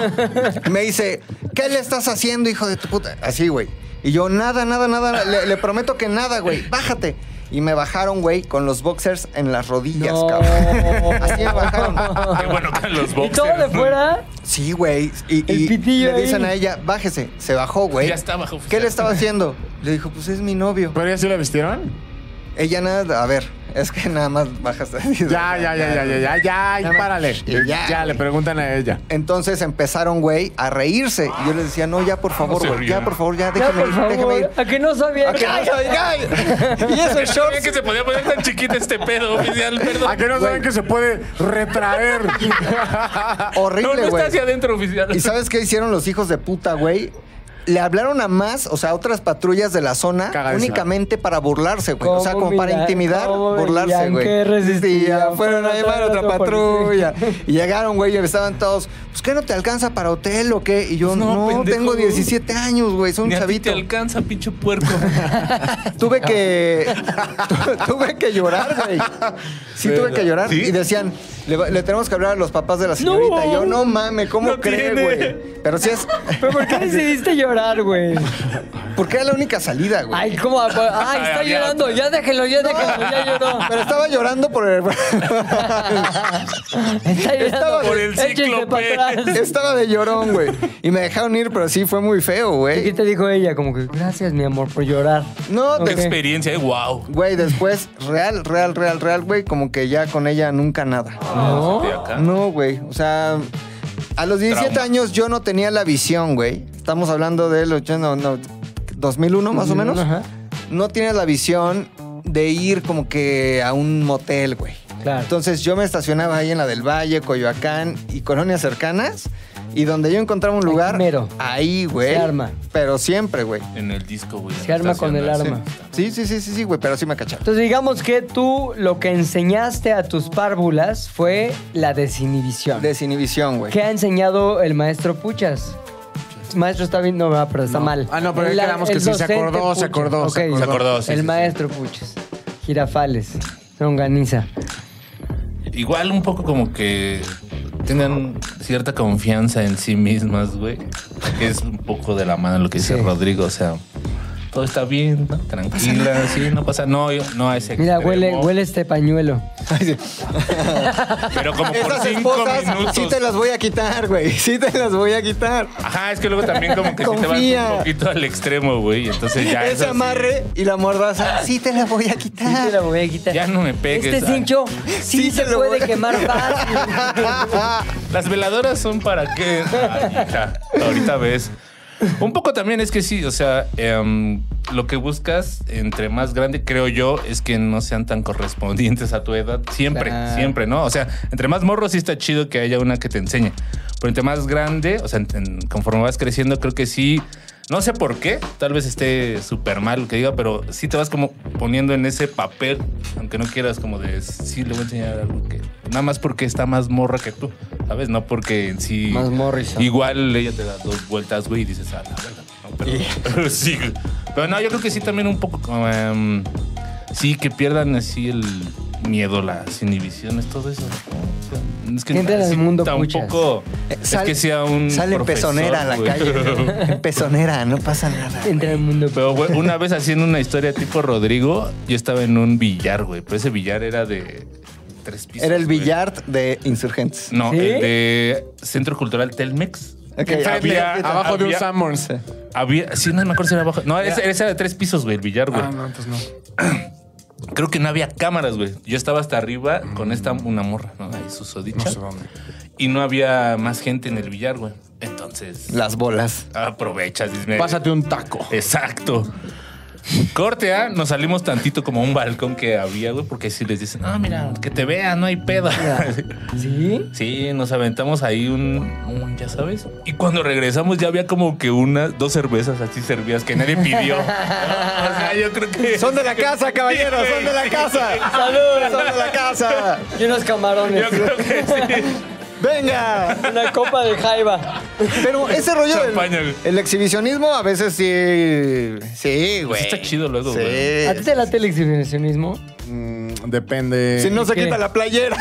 S2: Me dice, ¿qué le estás haciendo, hijo de tu puta? Así, güey. Y yo, nada, nada, nada. Le, le prometo que nada, güey. Bájate. Y me bajaron, güey, con los boxers en las rodillas,
S1: No.
S2: cabrón. Así me bajaron.
S4: Qué bueno que los
S1: Y
S4: boxers.
S1: todo de fuera.
S2: Sí, güey. Y,
S1: El
S2: y
S1: pitillo
S2: le dicen
S1: ahí.
S2: a ella, bájese. Se bajó, güey.
S4: Ya está bajo oficial.
S2: ¿Qué le estaba haciendo? Le dijo, pues es mi novio.
S3: ¿Pero ya sí la vistieron?
S2: Ella nada, a ver, es que nada más bajaste.
S3: Ya, ya, ya, ya, ya, ya, ya,
S2: Nada
S3: y
S2: más.
S3: párale.
S2: Y ya,
S3: Ya, le
S2: güey.
S3: preguntan a ella.
S2: Entonces empezaron, güey, a reírse. Y yo les decía, no, ya por favor,
S4: se
S2: güey, ya
S4: rieron.
S2: por favor, ya
S1: Ya,
S2: déjame
S1: por
S2: ir, déjame ir.
S1: favor. A que no sabía.
S2: ¿A qué no sabía? Y eso es
S4: Yo sabía
S2: shorts. Ah,
S4: que se podía poner tan chiquita este pedo, oficial,
S3: ¿A
S4: perdón.
S3: qué no saben que se puede retraer?
S4: No, no
S2: Ah, Horrible,
S4: está
S2: güey.
S4: hacia adentro, oficial.
S2: ¿Y sabes qué hicieron los hijos de puta, güey? Le hablaron a más, o sea, a otras patrullas de la zona
S3: Cagadísimo.
S2: únicamente para burlarse, güey. O sea,
S1: ¿Cómo
S2: como para
S1: mira-
S2: intimidar,
S1: cómo
S2: burlarse,
S1: veían
S2: güey.
S1: que resistían?
S2: Sí, fueron a llamar a otra
S1: Otra
S2: patrulla.
S1: policía.
S2: Y llegaron, güey, y estaban todos, pues ¿qué no te alcanza para hotel o qué? Y yo,
S4: Pues no,
S2: no,
S4: pendejo,
S2: tengo
S4: güey.
S2: 17 años, güey, soy un
S4: Ni a ti
S2: chavito.
S4: te alcanza, pinche puerco.
S2: Tuve que. tu- tuve que llorar, güey. Sí, tuve que llorar.
S4: ¿Sí?
S2: Y decían, le, va- le tenemos que hablar a los papás de la señorita.
S1: No.
S2: Y yo, no mames, ¿cómo
S4: No
S2: cree,
S4: tiene.
S2: güey? Pero sí es.
S1: ¿Pero por qué decidiste llorar, güey?
S2: Porque era la única salida, güey.
S1: Ay, ¿cómo? Ay, está
S4: Había
S1: llorando.
S4: otra.
S1: Ya déjenlo, ya déjenlo, ya lloró.
S2: Pero estaba llorando por el.
S1: Está llorando.
S2: Estaba por
S4: el
S1: Échense
S4: ciclo,
S1: pa'
S4: pe.
S1: atrás.
S2: estaba de llorón, güey. Y me dejaron ir, pero sí fue muy feo,
S1: ¿Y qué
S2: güey.
S1: te dijo ella? Como que, gracias, mi amor, por llorar.
S2: No,
S1: Ok.
S2: te-
S4: Experiencia, eh, wow.
S2: güey, después, real, real, real, real, güey, como que ya con ella nunca nada.
S1: No.
S2: No, güey. O sea, a los 17
S4: Trauma.
S2: años yo no tenía la visión, güey. Estamos hablando del 80, no, 2001 más o menos.
S1: Ajá.
S2: No tienes la visión de ir como que a un motel, güey.
S1: Claro.
S2: Entonces yo me estacionaba ahí en la del Valle, Coyoacán y colonias cercanas. Y donde yo encontraba un lugar,
S1: mero.
S2: ahí, güey.
S1: Se arma.
S2: Pero siempre, güey.
S4: En el disco, güey.
S1: Se arma con el
S4: Estacionarse.
S1: arma.
S2: Sí, sí, sí, sí, sí, güey, pero sí me cacharon.
S1: Entonces, digamos que tú lo que enseñaste a tus párvulas fue la desinhibición.
S2: Desinhibición, güey.
S1: ¿Qué ha enseñado el maestro Puchas? Maestro está bien, no, va, pero está mal.
S3: Ah, no, pero ahí
S1: La-
S3: quedamos que
S1: el
S3: sí, se
S1: docente
S3: acordó, se
S1: Puchas.
S3: acordó, se
S1: Ok,
S4: Se acordó, sí,
S1: El
S4: sí, sí.
S1: maestro Puchas. Girafales. Longaniza.
S4: Igual un poco como que tengan cierta confianza en sí mismas, güey. Que es un poco de la mano lo que dice
S1: Sí.
S4: Rodrigo, o sea, todo está bien, ¿no? Tranquila, sí, no pasa. No, yo- no a ese
S1: Mira,
S4: extremo.
S1: huele, huele este pañuelo.
S4: Pero como por
S2: Esas
S4: cinco
S2: esposas
S4: minutos.
S2: sí te las voy a quitar, güey. Sí te las voy a quitar.
S4: Ajá, es que luego también como que sí te vas
S2: Confía.
S4: un poquito al extremo, güey. Entonces ya
S2: Ese
S4: eso sí,
S2: amarre y la mordaza, sí te la voy a
S1: Sí te
S2: quitar.
S1: la voy a quitar.
S4: Ya no me pegues.
S1: Este
S4: Ana.
S1: cincho sí,
S2: Sí
S1: se
S2: te lo
S1: puede
S2: voy a-
S1: quemar fácil.
S4: Las veladoras son para qué. Ay, hija, ahorita ves. Un poco también es que sí, o sea, em, lo que buscas, entre más grande, creo yo, es que no sean tan correspondientes a tu edad. Siempre,
S1: Claro.
S4: siempre, ¿no? O sea, entre más morro sí está chido que haya una que te enseñe. Pero entre más grande, o sea, en- en- conforme vas creciendo, creo que sí. No sé por qué, tal vez esté súper mal lo que diga, pero sí te vas como poniendo en ese papel, aunque no quieras, como de sí le voy a enseñar algo que. Nada más porque está más morra que tú, ¿sabes? No porque en sí.
S1: Más Morrison.
S4: Igual ella te da dos vueltas, güey, y dices, ah, la verdad. No, pero, pero sí. güey. Pero no, yo creo que sí también un poco como, em, sí, que pierdan así el miedo, las inhibiciones, todo eso. ¿no? O sea, es que
S1: Que entren al
S4: sí,
S1: mundo
S4: tampoco
S2: Eh,
S4: es
S2: sal-
S4: que sea un
S2: Sale en
S4: profesor,
S2: pezonera a la
S4: güey.
S2: calle. ¿no? En pezonera, no pasa nada.
S1: Entra en el mundo.
S4: Pero, güey, una vez haciendo una historia tipo Rodrigo, yo estaba en un billar, güey. Pero ese billar era de tres pisos.
S2: Era el
S4: güey.
S2: billar de insurgentes.
S4: No,
S1: ¿Sí?
S4: el de Centro Cultural Telmex.
S2: Ok,
S3: Enfrente,
S4: había-
S3: abajo de un
S4: había-
S3: Sanborns.
S4: Había, sí, no me acuerdo si era abajo. No, ese, ese era de tres pisos, güey, el billar, güey.
S3: Ah, no, entonces no.
S4: Creo que no había cámaras, güey. Yo estaba hasta arriba con esta, una morra, ¿no? Ahí, susodicha.
S3: Mm. No sé dónde.
S4: y no había más gente en el billar, güey. Entonces,
S2: Las bolas.
S4: aprovechas. dices, "Me-
S3: Pásate un taco.
S4: Exacto. Corte, ¿ah? Nos salimos tantito como a un balcón que había, güey, porque si les dicen, no, mira, que te vean, no hay pedo.
S1: ¿Sí?
S4: Sí, nos aventamos ahí un, un, ya sabes. Y cuando regresamos ya había como que unas, dos cervezas así servidas que nadie pidió. o sea, yo creo que...
S2: Son de la casa, caballeros,
S4: Sí,
S2: son de la
S4: sí.
S2: casa.
S1: Salud.
S2: Son de la casa.
S1: Y unos camarones.
S4: Yo creo que sí.
S2: Venga.
S1: Una copa de jaiba.
S2: Pero ese rollo
S4: Champaña,
S2: del
S4: güey.
S2: el exhibicionismo a veces sí. Sí, güey.
S4: está chido luego,
S2: Sí.
S4: güey.
S1: ¿A ti te late el exhibicionismo?
S3: Mm, depende.
S2: Si no se
S1: ¿Qué?
S2: quita la playera.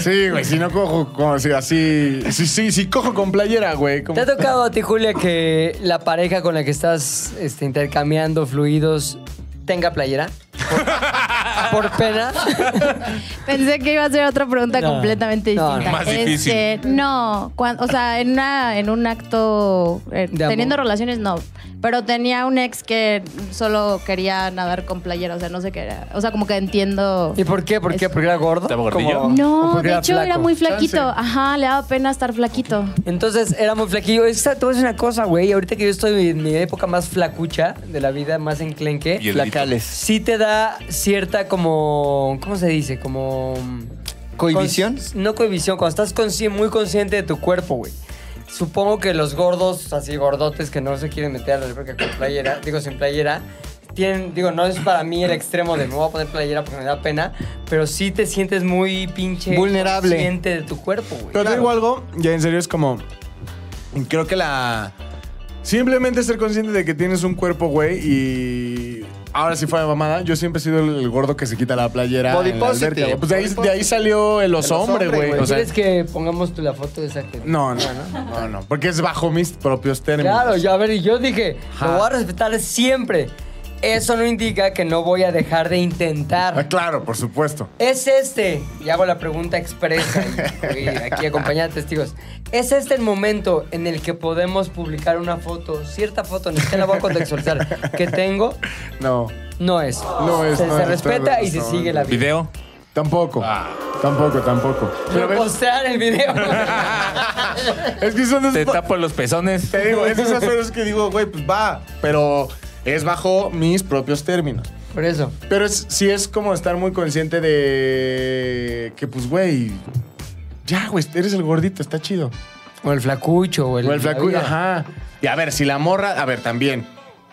S3: Sí, güey, si no cojo con, si así. Sí, sí, sí, cojo con playera, güey. como-
S1: ¿Te ha tocado a ti, Julia, que la pareja con la que estás este, intercambiando fluidos tenga playera? ¿Por, por pena?
S5: Pensé que iba a ser otra pregunta
S1: No,
S5: completamente
S1: no,
S5: distinta. Este,
S4: no. Más difícil.
S5: no, cuan- o sea, en, una, en un acto, eh,
S1: De amor.
S5: teniendo relaciones, no. Pero tenía un ex que solo quería nadar con playera, o sea, no sé qué era. O sea, como que entiendo.
S1: ¿Y por qué? ¿Por qué? ¿Porque era gordo?
S4: ¿Estaba gordillo?
S1: Como- ¿O
S5: No,
S1: porque
S5: de hecho era
S1: flaco?
S5: muy flaquito.
S3: Chance.
S5: Ajá, le daba pena estar flaquito.
S1: Entonces era muy flaquillo. Es que te voy a decir una cosa, güey. Ahorita que yo estoy en mi época más flacucha de la vida, más enclenque,
S4: Y el-
S2: Placales.
S1: sí te da cierta como. ¿Cómo se dice? Como.
S2: ¿Cohibición?
S1: Cons- no cohibición, cuando estás consci- muy consciente de tu cuerpo, güey. Supongo que los gordos, así gordotes que no se quieren meter a la alberca con playera, digo sin playera, tienen, digo, no es para mí el extremo de me voy a poner playera porque me da pena, pero sí te sientes muy pinche
S2: Vulnerable.
S1: consciente de tu cuerpo, güey.
S3: Pero te
S1: Claro.
S3: digo algo, ya en serio es como. Creo que la. Simplemente ser consciente de que tienes un cuerpo, güey, y. Ahora sí fue de mamada. Yo siempre he sido el, el gordo que se quita la playera.
S2: Body
S3: en la
S2: positive.
S3: alberca, güey. Pues de ahí,
S2: Body
S3: de ahí salió el oso
S2: El oso
S3: hombre,
S2: hombre,
S3: güey.
S2: güey.
S3: O sea,
S1: ¿Quieres que pongamos tú la foto de esa que...
S3: no, no, no, no. Porque es bajo mis propios términos.
S1: Claro, yo, a ver, y yo dije,
S3: Ajá.
S1: lo voy a respetar siempre. Eso no indica que no voy a dejar de
S3: Ah,
S1: intentar.
S3: claro, por supuesto.
S1: ¿Es este? Y hago la pregunta expresa. Y, y aquí acompañada de testigos. ¿Es este el momento en el que podemos publicar una foto, cierta foto, ni siquiera la voy a contextualizar, que tengo?
S3: No.
S1: No es.
S3: No es,
S1: Se,
S3: no
S1: se
S3: es,
S1: respeta
S3: está-
S1: y se
S3: está-
S1: sigue la vida.
S4: ¿Video?
S3: Tampoco.
S4: Ah.
S3: Tampoco, tampoco. Pero
S1: Pero
S3: ves,
S1: postear el video.
S3: es que son de
S4: Te
S2: Pues,
S3: esos-
S4: tapo los pezones.
S3: Te digo, es de esas cosas que digo, güey, pues va, pero es bajo mis propios términos.
S1: Por eso.
S3: Pero es, sí es como estar muy consciente de que, pues, güey, ya, güey, eres el gordito, está chido.
S1: O el flacucho. O el,
S3: O el
S1: la
S3: flaco,
S1: vida.
S3: ajá. Y a ver, si la morra, a ver, también.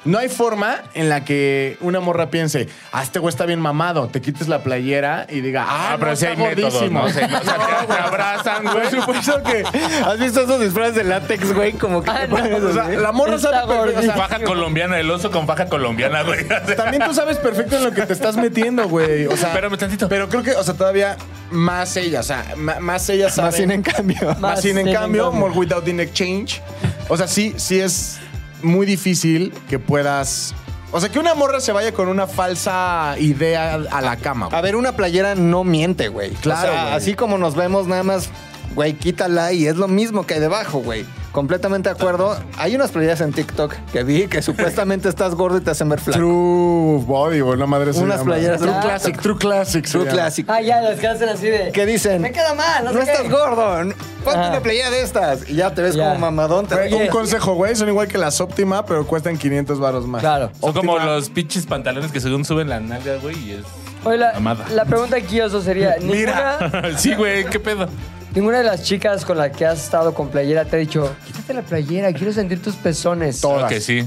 S3: No hay forma en la que una morra piense, ah, este güey está bien mamado, te quites la playera y diga, ah,
S4: Ah, pero
S3: no,
S4: sí
S3: está
S4: hay método,
S3: gordísimo.
S4: ¿no? O sea, no, o sea, te- te abrazan, güey.
S3: Por supuesto que.
S2: ¿Has visto esos disfraces de látex, güey? Como que
S1: Ah,
S2: te
S1: no.
S2: pones
S3: O sea,
S2: así.
S3: la morra
S1: Está
S3: sabe perfecto, o sea,
S4: Faja colombiana, el oso con faja colombiana, güey.
S3: También tú sabes perfecto en lo que te estás metiendo, güey. O sea,
S4: Espérame tantito.
S3: Pero creo que, o sea, todavía más ella, o sea, ma- más ella sabe.
S2: Más sin en cambio.
S3: Más sin en
S1: sin en
S3: cambio,
S1: cambio.
S3: more without in exchange. O sea, sí, sí es muy difícil que puedas. O sea, que una morra se vaya con una falsa idea a la cama. güey.
S2: A ver, una playera no miente, güey.
S3: Claro,
S2: O sea,
S3: güey.
S2: así como nos vemos, nada más, güey, quítala y es lo mismo que hay debajo, güey. Completamente de acuerdo. Hay unas playeras en TikTok que vi que supuestamente estás gordo y te hacen ver flaco.
S3: True Body, güey, la madre se
S2: Unas
S3: llama.
S2: playeras
S3: True
S2: de-
S3: Classic. True Classic. se
S2: True
S3: llama.
S2: Classic.
S1: Ah, ya, las que hacen así de.
S2: ¿Qué dicen?
S1: Me queda mal, no,
S2: No,
S1: sé qué.
S2: estás gordo. n- Ponte
S1: Ajá.
S2: una playera de estas. Y ya te ves
S1: Ya.
S2: como mamadón. Te
S3: Güey,
S1: Oye.
S3: Un consejo, güey, son igual que las óptima, pero cuestan 500 varos más.
S1: Claro.
S4: Son como
S3: Óptima.
S4: los pinches pantalones que según suben la nalga, güey, y es.
S1: Oye, la,
S4: Amada.
S1: la pregunta aquí, Oso, sería: ¿ninguna,
S4: sí, güey, ¿qué pedo?
S1: ninguna de las chicas con las que has estado con playera te ha dicho, quítate la playera, quiero sentir tus pezones.
S3: Todas.
S4: Claro que sí.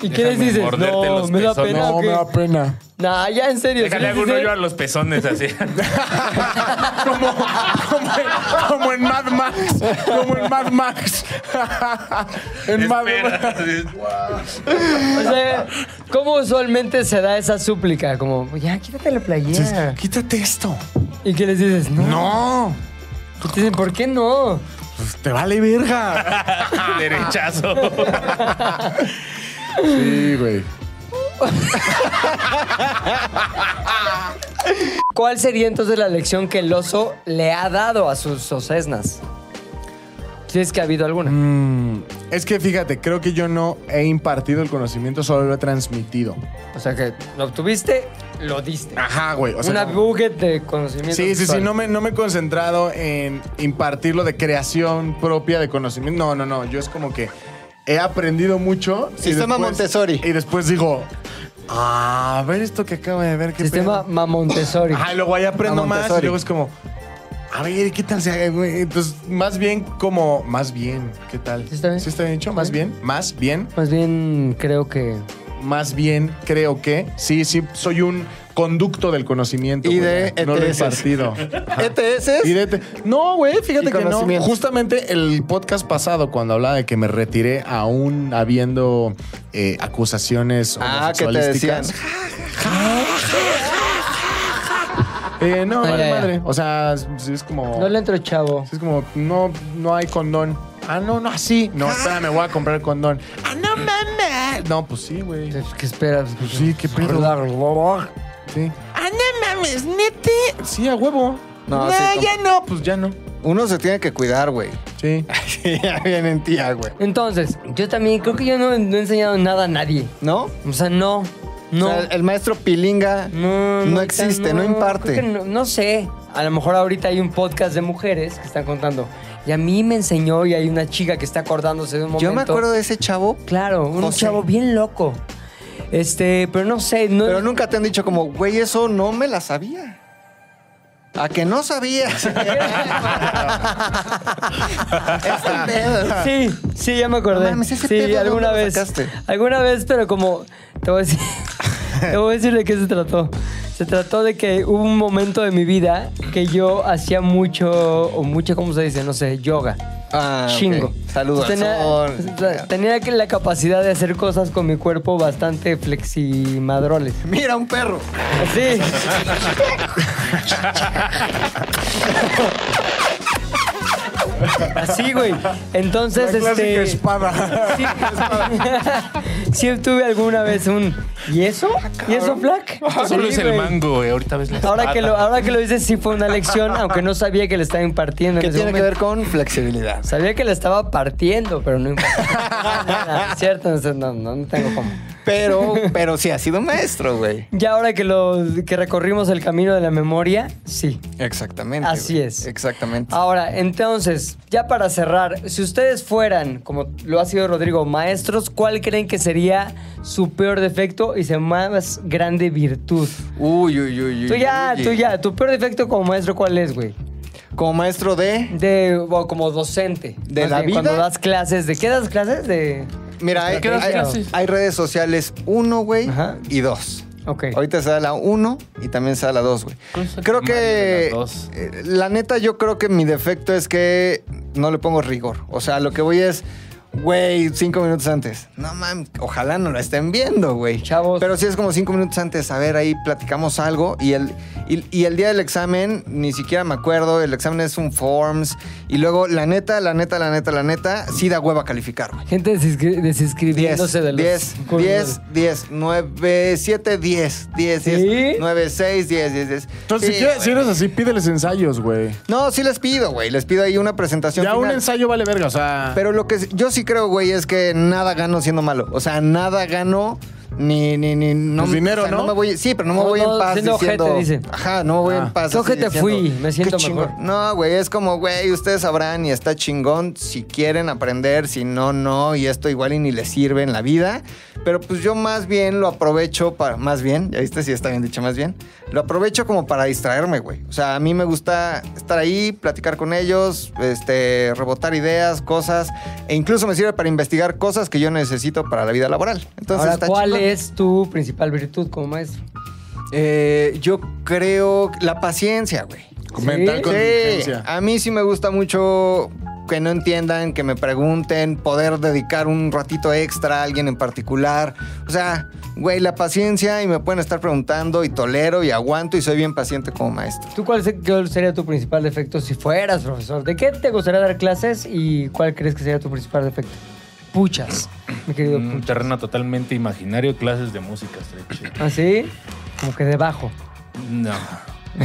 S1: ¿Y qué les
S4: Déjame
S1: dices?
S4: morderte
S1: No,
S4: los
S1: me da
S4: pezones.
S1: pena.
S3: No,
S1: Ok.
S3: me da pena.
S1: Nah, ya en serio.
S4: Déjale
S1: ¿sí les
S4: hago un
S1: dice?
S4: hoyo a los pezones así.
S3: como, como en, como en Mad Max. Como en Mad Max. en Mad
S4: Espera,
S3: Max.
S4: así.
S1: O sea, ¿cómo usualmente se da esa súplica? Como, ya, quítate la playera.
S3: Quítate esto.
S1: ¿Y qué les dices? No.
S3: No.
S1: Y te dicen, ¿por qué no?
S3: pues, te vale verga.
S4: Derechazo.
S3: Sí, güey.
S1: ¿Cuál sería entonces la lección que el oso le ha dado a sus osesnas? Si es que ha habido alguna.
S3: Mm. Es que fíjate, creo que yo no he impartido el conocimiento, solo lo he transmitido.
S1: O sea, que lo obtuviste, lo diste.
S3: Ajá, güey. Ah, O sea,
S1: Una
S3: como-
S1: bucket de conocimiento.
S3: Sí, sí, sí,
S1: sexual.
S3: no me, no me he concentrado en impartirlo de creación propia de conocimiento. No, no, no. Yo es como que he aprendido mucho. y
S2: Sistema Montessori.
S3: Y después digo, "Ah, a ver esto que acabo de ver. qué
S1: Sistema
S3: pedo".
S1: Mamontessori.
S3: Ajá, y luego ahí aprendo
S2: A
S3: más y
S2: Montessori.
S3: luego es como, a ver, ¿qué tal se haga, güey? Entonces, más bien como, más bien, ¿qué tal?
S1: ¿Sí está bien?
S3: ¿Sí está bien hecho? Más bien, más bien,
S1: Más bien, creo que.
S3: más bien, creo que. Sí, sí, soy un conducto del conocimiento.
S2: Y
S3: güey.
S2: de
S3: No lo he
S2: ETS.
S3: impartido.
S2: ¿E ETS.
S3: Y de te- No, güey, fíjate
S2: Y
S3: que no.
S2: conocimiento.
S3: Justamente el podcast pasado, cuando hablaba de que me retiré aún habiendo eh, acusaciones
S2: Ah, que te decían.
S3: homosexualísticas. Eh, no,
S1: Ah,
S3: vale
S1: ya, ya.
S3: madre. O sea, sí es como.
S1: No le entro, chavo.
S3: sí es como, no, no hay condón. Ah, no, no, así. No, espera, me voy a comprar condón. Ah, no mames. No, pues sí, güey.
S1: Pues, ¿Qué esperas? Pues,
S3: sí, qué pedo. Sí. Ah, no mames, nete. Sí, a huevo.
S2: No,
S3: No,
S2: sí, como-
S3: ya no, pues ya no.
S2: Uno se tiene que cuidar, güey.
S3: Sí.
S2: ya vienen tía, güey.
S1: Entonces, yo también creo que yo no, no he enseñado nada a nadie.
S2: ¿No?
S1: O sea, no. No.
S2: O sea, el maestro Pilinga
S1: No,
S2: no, existe, no,
S1: creo
S2: imparte.
S1: que No, no sé. A lo mejor ahorita hay un podcast de mujeres que están contando. Y a mí me enseñó y hay una chica que está acordándose de un momento.
S2: Yo me acuerdo de ese chavo,
S1: Claro, un
S2: José.
S1: chavo bien loco. Este, pero no sé. No,
S2: pero nunca te han dicho como, güey, eso no me la sabía. A que no sabías. Este pedo.
S1: Sí, sí, ya me acordé.
S2: No mames, ese
S1: sí,
S2: pedo, ¿dónde
S1: alguna
S2: lo
S1: vez.
S2: sacaste?
S1: Alguna vez, pero como te voy a decir, te voy a decir de qué se trató. Se trató de que hubo un momento de mi vida que yo hacía mucho o mucho cómo se dice, no sé, yoga.
S2: Ah, ok.
S1: Chingo. Pues
S2: Saludos al
S1: Tenía,
S2: sol.
S1: o sea, tenía que la capacidad de hacer cosas con mi cuerpo bastante fleximadroles.
S2: Mira, un perro.
S1: Sí. Así, güey. Entonces,
S3: La clásica
S1: este.
S3: espada.
S1: Sí, sí tuve alguna vez un. ¿Y eso? ¿Y eso, Black?
S4: Solo
S1: Ah, Sí,
S4: es el
S1: güey.
S4: mango, güey. Ahorita ves la
S1: Ahora que, lo,
S4: espada.
S1: ahora que lo dices, sí fue una lección, aunque no sabía que le estaba impartiendo. en
S2: Que
S1: ese
S2: tiene que
S1: momento.
S2: ver con flexibilidad.
S1: Sabía que le estaba partiendo, pero no importa. Cierto, entonces, no, no, no tengo cómo.
S2: Pero, pero sí ha sido maestro, güey.
S1: Ya ahora que, lo, que recorrimos el camino de la memoria, sí.
S2: Exactamente.
S1: Así
S2: güey.
S1: es.
S2: Exactamente.
S1: Ahora, entonces, ya para cerrar, si ustedes fueran, como lo ha sido Rodrigo, maestros, ¿cuál creen que sería su peor defecto y su más grande virtud?
S2: Uy, uy, uy, uy.
S1: Ah. Tú ya,
S2: uy.
S1: tú ya, tu peor defecto como maestro, ¿cuál es, güey?
S2: Como maestro de.
S1: De, o como docente.
S2: ¿De
S1: Más
S2: la
S1: bien,
S2: vida?
S1: Cuando das clases, ¿de qué das clases? De.
S2: Mira, hay,
S1: ¿Qué das
S2: hay-
S1: clases?
S2: hay redes sociales uno, güey,
S1: Pues Ajá.
S2: y dos.
S1: Ok.
S2: Ahorita se da la 1 y también se da la 2, güey.
S4: ¿Cuál es el
S2: Creo
S4: primario de
S2: que.
S4: las dos?
S2: eh, La neta, yo creo que mi defecto es que no le pongo rigor. O sea, lo que voy es. Güey, cinco minutos antes. No mames, ojalá no la estén viendo, güey.
S1: Chavos.
S2: Pero sí es como cinco minutos antes. A ver, ahí platicamos algo. Y el, y, y el día del examen, ni siquiera me acuerdo. El examen es un forms. Y luego, la neta, la neta, la neta, la neta, sí da hueva calificar, güey.
S1: Gente desinscri-
S2: 10,
S1: desinscribiéndose de los
S2: 10,
S1: cursos.
S2: 10, 10, 9, 7, 10, 10, 10,
S1: ¿Sí?
S2: 9, 6, 10, 10, 10.
S3: Entonces,
S2: Sí,
S3: si, quieres- si
S2: güey.
S3: eres así, pídeles ensayos, güey.
S2: No, sí les pido, güey. Les pido ahí una presentación.
S3: Ya un
S2: final.
S3: ensayo vale verga, o sea.
S2: Pero lo que yo sí creo, güey, es que nada gano siendo malo. O sea, nada gano ni ni ni no
S3: Pues dinero,
S2: o sea,
S3: ¿no?
S2: me voy, sí, pero no me
S1: No,
S2: voy
S1: no,
S2: en paz
S1: siendo
S2: diciendo.
S1: ojete, dice.
S2: Ajá, no me voy
S3: Ah.
S2: en paz.
S1: Qué
S2: así
S1: ojete
S2: diciendo,
S1: fui, me siento
S2: "Qué
S1: mejor".
S2: chingón. No, güey, es como, güey, ustedes sabrán y está chingón si quieren aprender, si no no y esto igual y ni les sirve en la vida, pero pues yo más bien lo aprovecho para más bien, ya viste si está bien dicho más bien. Lo aprovecho como para distraerme, güey. O sea, a mí me gusta estar ahí, platicar con ellos, este, rebotar ideas, cosas, e incluso me sirve para investigar cosas que yo necesito para la vida laboral. Entonces,
S1: Ahora,
S2: está
S1: ¿cuál
S2: chingón.
S1: es tu principal virtud como maestro?
S2: Eh, yo creo que la paciencia, güey.
S3: Mental
S1: Sí.
S2: Sí,
S3: contingencia.
S2: a mí sí me gusta mucho que no entiendan, que me pregunten, poder dedicar un ratito extra a alguien en particular. O sea, güey, la paciencia y me pueden estar preguntando y tolero y aguanto y soy bien paciente como maestro.
S1: ¿Tú cuál, se- cuál sería tu principal defecto si fueras profesor? ¿De qué te gustaría dar clases y cuál crees que sería tu principal defecto? Puchas, mi querido
S4: Un
S1: Puchas.
S4: Mm, terreno totalmente imaginario, clases de música, estaría chido.
S1: ¿Así? Como que debajo.
S4: No.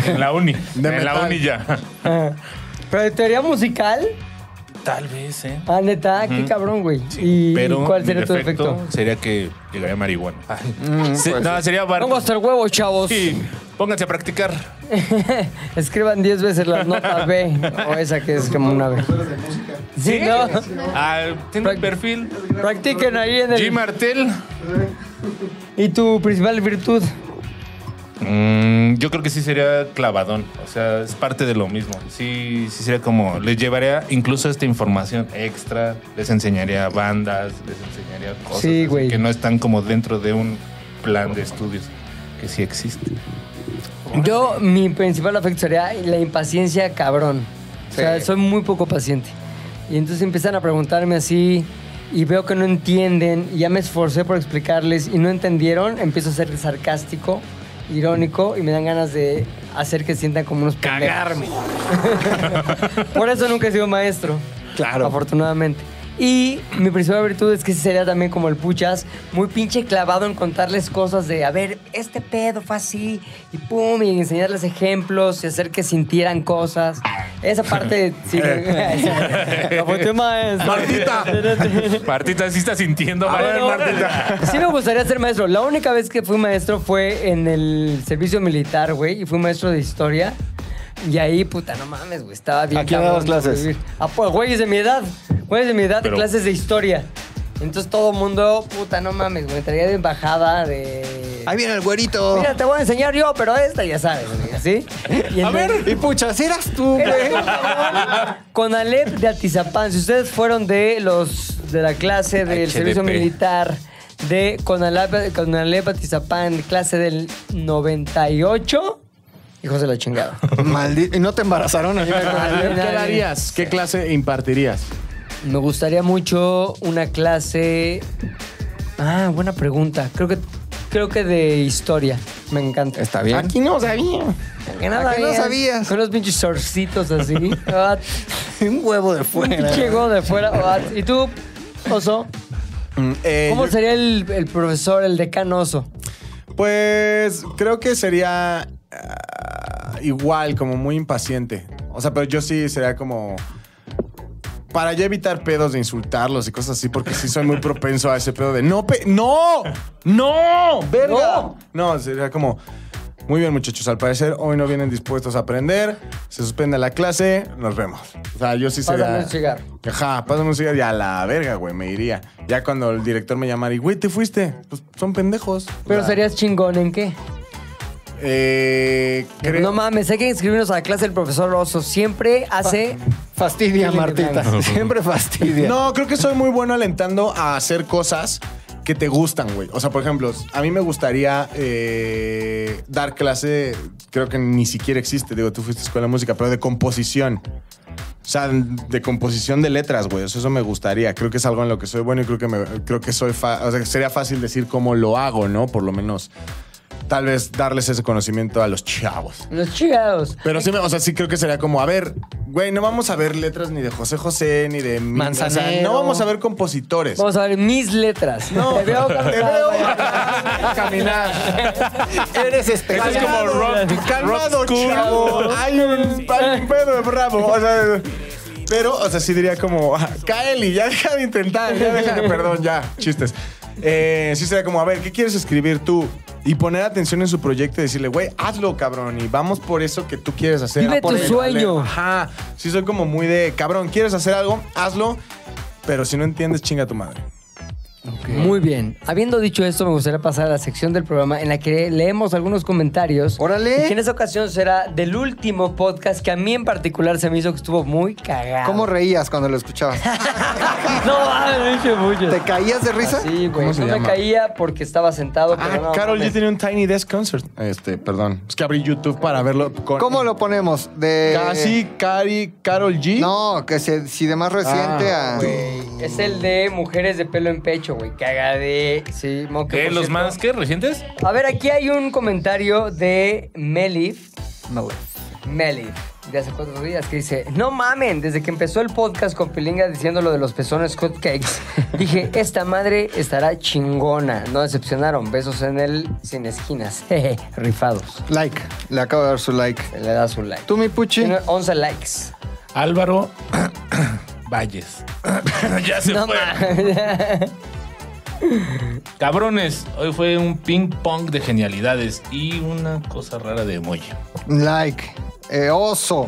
S4: En la uni. en la
S3: metal.
S4: uni ya.
S1: Ah. ¿Pero de teoría musical?
S4: Tal vez, ¿eh?
S1: Ah, neta, qué
S4: Ujú.
S1: cabrón, güey.
S4: Sí,
S1: ¿Y
S4: pero
S1: cuál
S4: mi
S1: sería tu
S4: defecto
S1: defecto? Ah. Mm,
S4: Sería que llegaría marihuana. Se-
S2: pues
S4: no,
S2: sí.
S4: sería bar.
S1: Pongo hasta el huevo, chavos.
S4: Sí, pónganse a practicar.
S1: Escriban 10 veces la nota B o esa que es como una B. Sí, ¿no?
S4: Ah, Tiene
S1: Prac-
S4: un perfil.
S1: Practiquen ahí en
S4: G.
S1: el...
S4: Martel.
S1: ¿Y tu principal virtud?
S4: Mm, yo creo que sí sería clavadón. O sea, es parte de lo mismo. Sí, sí sería como. Les llevaría incluso esta información extra. Les enseñaría bandas, les enseñaría cosas
S1: Sí,
S4: así
S1: güey.
S4: que no están como dentro de un plan de estudios que sí existe.
S1: Yo, mi principal afecto sería la impaciencia cabrón. O sea,
S2: Sí.
S1: soy muy poco paciente. Y entonces empiezan a preguntarme así y veo que no entienden y ya me esforcé por explicarles y no entendieron, empiezo a ser sarcástico, irónico y me dan ganas de hacer que sientan como unos pendejos.
S4: Cagarme.
S1: Por eso nunca he sido maestro. Claro. Afortunadamente. Y mi principal virtud es que sí sería también como el puchas, muy pinche clavado en contarles cosas de, a ver, este pedo fue así, y pum, y enseñarles ejemplos y hacer que sintieran cosas. Esa parte sí. me- La parte maestra.
S3: Martita.
S4: Partita sí está sintiendo.
S1: Ah,
S4: Mariana.
S1: bueno, Sí me gustaría ser maestro. La única vez que fui maestro fue en el servicio militar, güey, y fui maestro de historia. Y ahí, puta, no mames, güey, estaba bien.
S2: ¿A quién dabas
S1: cabrón
S2: clases?
S1: sobrevivir. A pues, güeyes de mi edad, güeyes de mi edad,
S4: Pero-
S1: clases de historia. Entonces todo mundo, puta, no mames, güey, traía de embajada, de...
S2: Ahí viene el güerito.
S1: Mira, te voy a enseñar yo, pero esta ya sabes, güey, ¿sí? Y
S2: A
S1: entonces-
S2: ver, y puchas, eras tú, güey.
S1: con Alep de Atizapán, si ustedes fueron de los de la clase del
S4: HDP.
S1: servicio militar de Conalep, Conalep Atizapán, clase del 98, hijos de la chingada.
S2: Maldito, y no te embarazaron. ahí.
S3: ¿Qué darías? ¿Qué clase impartirías?
S1: Me gustaría mucho una clase. Ah, buena pregunta. Creo que creo que de historia. Me encanta.
S2: Está bien.
S3: Aquí no sabía.
S1: Que nada
S2: ¿A qué no
S1: veas?
S2: sabías?
S1: Con los pinches sorcitos así. Ah,
S2: un huevo de fuera.
S1: Llegó de fuera. Ah, ¿Y tú, oso?
S3: Mm, eh,
S1: ¿Cómo
S3: yo-
S1: sería el, el profesor, el decanoso?
S3: Pues creo que sería ah, igual, como muy impaciente. O sea, pero yo sí sería como. Para ya evitar pedos de insultarlos y cosas así, porque sí soy muy propenso a ese pedo de no, pe- no, no, verga. No. sería como. Muy bien, muchachos, al parecer hoy no vienen dispuestos a aprender. Se suspende la clase, nos vemos. O sea, yo sí sería.
S1: Pásame un cigarro.
S3: Ajá, pásame un cigarro y a la verga, güey, me iría. Ya cuando el director me llamara y, güey, te fuiste. Pues son pendejos.
S1: Pero
S3: O sea,
S1: serías chingón en qué?
S3: eh, creo-
S1: No mames, hay que inscribirnos a la clase del profesor Oso. Siempre hace.
S2: Fastidia,
S1: Feeling
S2: Martita.
S1: blanco.
S2: Siempre fastidia.
S3: No, creo que soy muy bueno alentando a hacer cosas que te gustan, güey. O sea, por ejemplo, a mí me gustaría eh, dar clase, creo que ni siquiera existe, digo, tú fuiste a escuela de música, pero de composición. O sea, de composición de letras, güey. O sea, eso me gustaría. Creo que es algo en lo que soy bueno y creo que me, creo que soy fa- o sea, sería fácil decir cómo lo hago, ¿no? Por lo menos tal vez darles ese conocimiento a los chavos.
S1: Los chigados.
S3: Pero sí, me- o sea, sí creo que sería como, a ver, güey, no vamos a ver letras ni de José José ni de
S2: Manzanero.
S3: O sea, no vamos a ver compositores.
S1: Vamos a ver mis letras. No, te veo
S3: Te
S1: cansado.
S3: veo caminar.
S2: Eres
S4: Eso es
S2: especial.
S4: como rock,
S3: Calmado,
S4: rock school.
S3: chavo. Hay un, hay un pedo bravo. O sea, pero, o sea, sí diría como, "Ah, Kaeli, ya deja de intentar, ya deja de, perdón, ya, chistes. Eh, sí sería como, a ver, ¿qué quieres escribir tú? Y poner atención en su proyecto y decirle, güey, hazlo, cabrón, y vamos por eso que tú quieres hacer.
S1: Vive
S3: Ah, por
S1: tu
S3: el-
S1: sueño.
S3: Ajá. Sí soy como muy de, cabrón, ¿quieres hacer algo? Hazlo, pero si no entiendes, chinga tu madre.
S1: Muy bien. Habiendo dicho esto, me gustaría pasar a la sección del programa en la que leemos algunos comentarios.
S2: Órale.
S1: Y que en esta ocasión será del último podcast que a mí en particular se me hizo que estuvo muy cagado.
S2: ¿Cómo reías cuando lo escuchabas?
S1: No, ah, me dije mucho.
S2: ¿Te caías de risa?
S1: Sí, güey.
S3: ¿Cómo se
S1: No me
S3: llama?
S1: caía porque estaba sentado.
S3: Ah,
S1: pero no,
S3: Carol
S1: mames.
S3: G tiene un Tiny Desk Concert. Este, perdón. Es que abrí YouTube para verlo con...
S2: ¿Cómo lo ponemos?
S1: Eh,
S2: De...
S3: Casi, Cari, Carol G.
S2: No, que se- si de más reciente
S3: Ah,
S2: a...
S1: Güey, Es el de mujeres de pelo en pecho, güey. Cagadé. Sí, mo, que
S4: ¿Qué,
S1: por
S4: ¿Los
S1: cierto-
S4: más qué? ¿Recientes?
S1: A ver, aquí hay un comentario de Melif. Melif. De hace cuatro días que dice, no mamen, desde que empezó el podcast con Pilinga diciendo lo de los pezones hotcakes, dije, esta madre estará chingona. No decepcionaron, besos en el sin esquinas. Jeje, rifados.
S2: Like. Le acabo de dar su like.
S1: Se Le das un like.
S2: ¿Tú, mi puchi?
S1: Tiene 11 likes.
S4: Álvaro Valles. ya se
S1: No
S4: fue.
S1: mames.
S4: Cabrones, hoy fue un ping pong de genialidades y una cosa rara de emoji.
S2: Like. Eh, oso.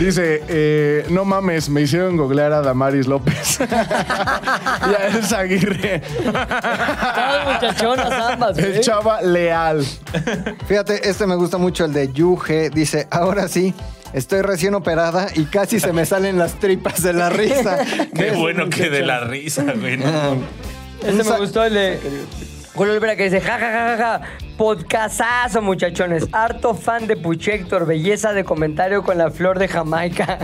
S3: Dice, eh, no mames, me hicieron googlear a Damaris López. y a Elsa Aguirre.
S1: Estaban muchachonas ambas, güey.
S3: El chava leal.
S2: Fíjate, este me gusta mucho, el de Yuge. Dice, ahora sí, estoy recién operada y casi se me salen las tripas de la risa.
S4: Qué bueno que de la risa, güey. ¿no?
S1: Este
S2: Un
S1: me
S2: sa-
S1: gustó el de Julio Olvera que dice, ja, ja, ja, ja, ja. Podcastazo, muchachones. Harto fan de Puchector. Belleza de comentario con la flor de Jamaica.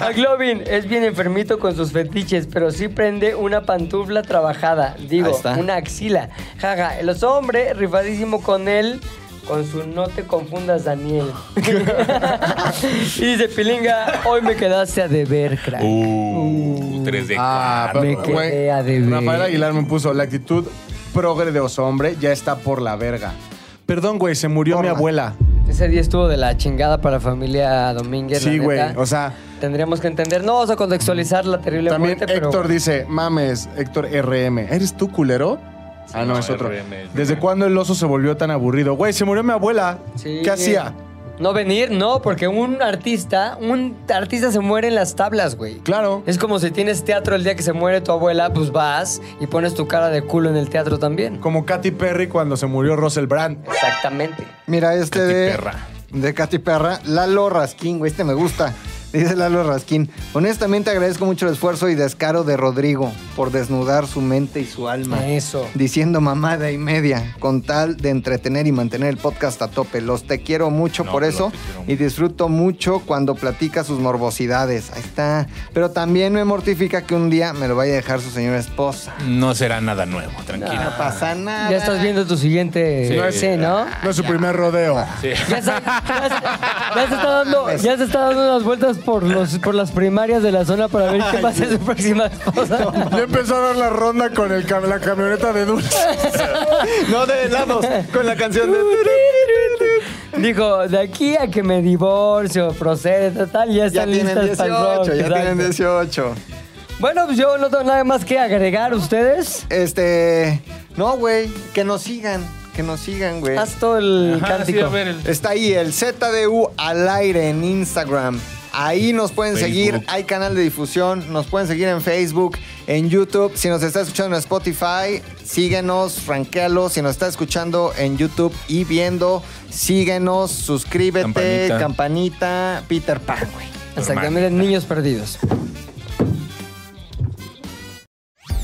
S1: McLovin es bien enfermito con sus fetiches, pero sí prende una pantufla trabajada.
S2: Ahí
S1: Digo,
S2: está.
S1: una axila. Jaja, el oso hombre rifadísimo con él. Con su no te confundas, Daniel. y dice, Pilinga, hoy me quedaste a deber, crack.
S4: Uh, 3D.
S3: Ah,
S1: me
S3: pero, güey,
S1: quedé a deber.
S3: Rafael Aguilar me puso, la actitud progre de oso hombre ya está por la verga. Perdón, güey, se murió mi abuela.
S1: Ese día estuvo de la chingada para la familia Domínguez.
S3: Sí,
S1: la
S3: güey,
S1: neta.
S3: o sea-
S1: Tendríamos que entender, no vamos a contextualizar la terrible
S3: También
S1: muerte, pero.
S3: Héctor dice, mames, Héctor RM, ¿eres tú culero? Ah, no,
S4: no,
S3: es otro.
S4: RM.
S3: ¿Desde cuándo el oso se volvió tan aburrido? Güey, se murió mi abuela.
S1: Sí.
S3: ¿Qué hacía?
S1: No venir, no, porque un artista, un artista se muere en las tablas, güey.
S3: Claro.
S1: Es como si tienes teatro el día que se muere tu abuela, pues vas y pones tu cara de culo en el teatro también.
S3: Como Katy Perry cuando se murió Russell Brand.
S1: Exactamente.
S2: Mira, este
S4: Katy
S2: de.
S4: Perra.
S2: De Katy Perra. Lalo Rasquín, güey, este me gusta. Dice Lalo Rasquín. Honestamente agradezco mucho el esfuerzo y descaro de Rodrigo por desnudar su mente y su alma.
S1: Eso.
S2: Diciendo mamada y media, con tal de entretener y mantener el podcast a tope. Los te quiero mucho
S4: No,
S2: por
S4: los
S2: eso
S4: te quiero
S2: y disfruto mucho cuando platica sus morbosidades. Ahí está. Pero también me mortifica que un día me lo vaya a dejar su señora esposa.
S4: No será nada nuevo, tranquilo.
S2: No pasa nada.
S1: Ya estás viendo tu siguiente.
S4: Sí.
S1: Sí, ¿no?
S3: No es su primer rodeo.
S4: Sí.
S1: Ya se, ya se- ya se está dando, ya se está dando unas vueltas por, los, por las primarias de la zona para ver qué pasa en su próxima esposa.
S3: Ya empezó a dar la ronda con el cam- la camioneta de dulce.
S2: No de helados, con la canción de.
S4: Uh,
S1: Dijo, de aquí a que me divorcio, procede, tal, ya
S2: Ya
S1: están
S2: tienen
S1: listas para el
S2: 18,
S1: rock,
S2: ya tienen
S1: exacto.
S2: 18.
S1: Bueno, pues yo no tengo nada más que agregar. ¿Ustedes?
S2: Este. No, güey. Que nos sigan. Que nos sigan, güey.
S1: Haz todo el
S4: Ajá,
S1: cántico.
S4: sí, a ver, el-
S2: Está ahí el ZDU al aire en Instagram. Ahí nos pueden
S4: Facebook.
S2: seguir, hay canal de difusión, nos pueden seguir en Facebook, en YouTube. Si nos está escuchando en Spotify, síguenos, franquealo. Si nos está escuchando en YouTube y viendo, síguenos, suscríbete,
S4: Campanita.
S2: campanita, Peter Pan, güey.
S1: Exactamente, niños perdidos.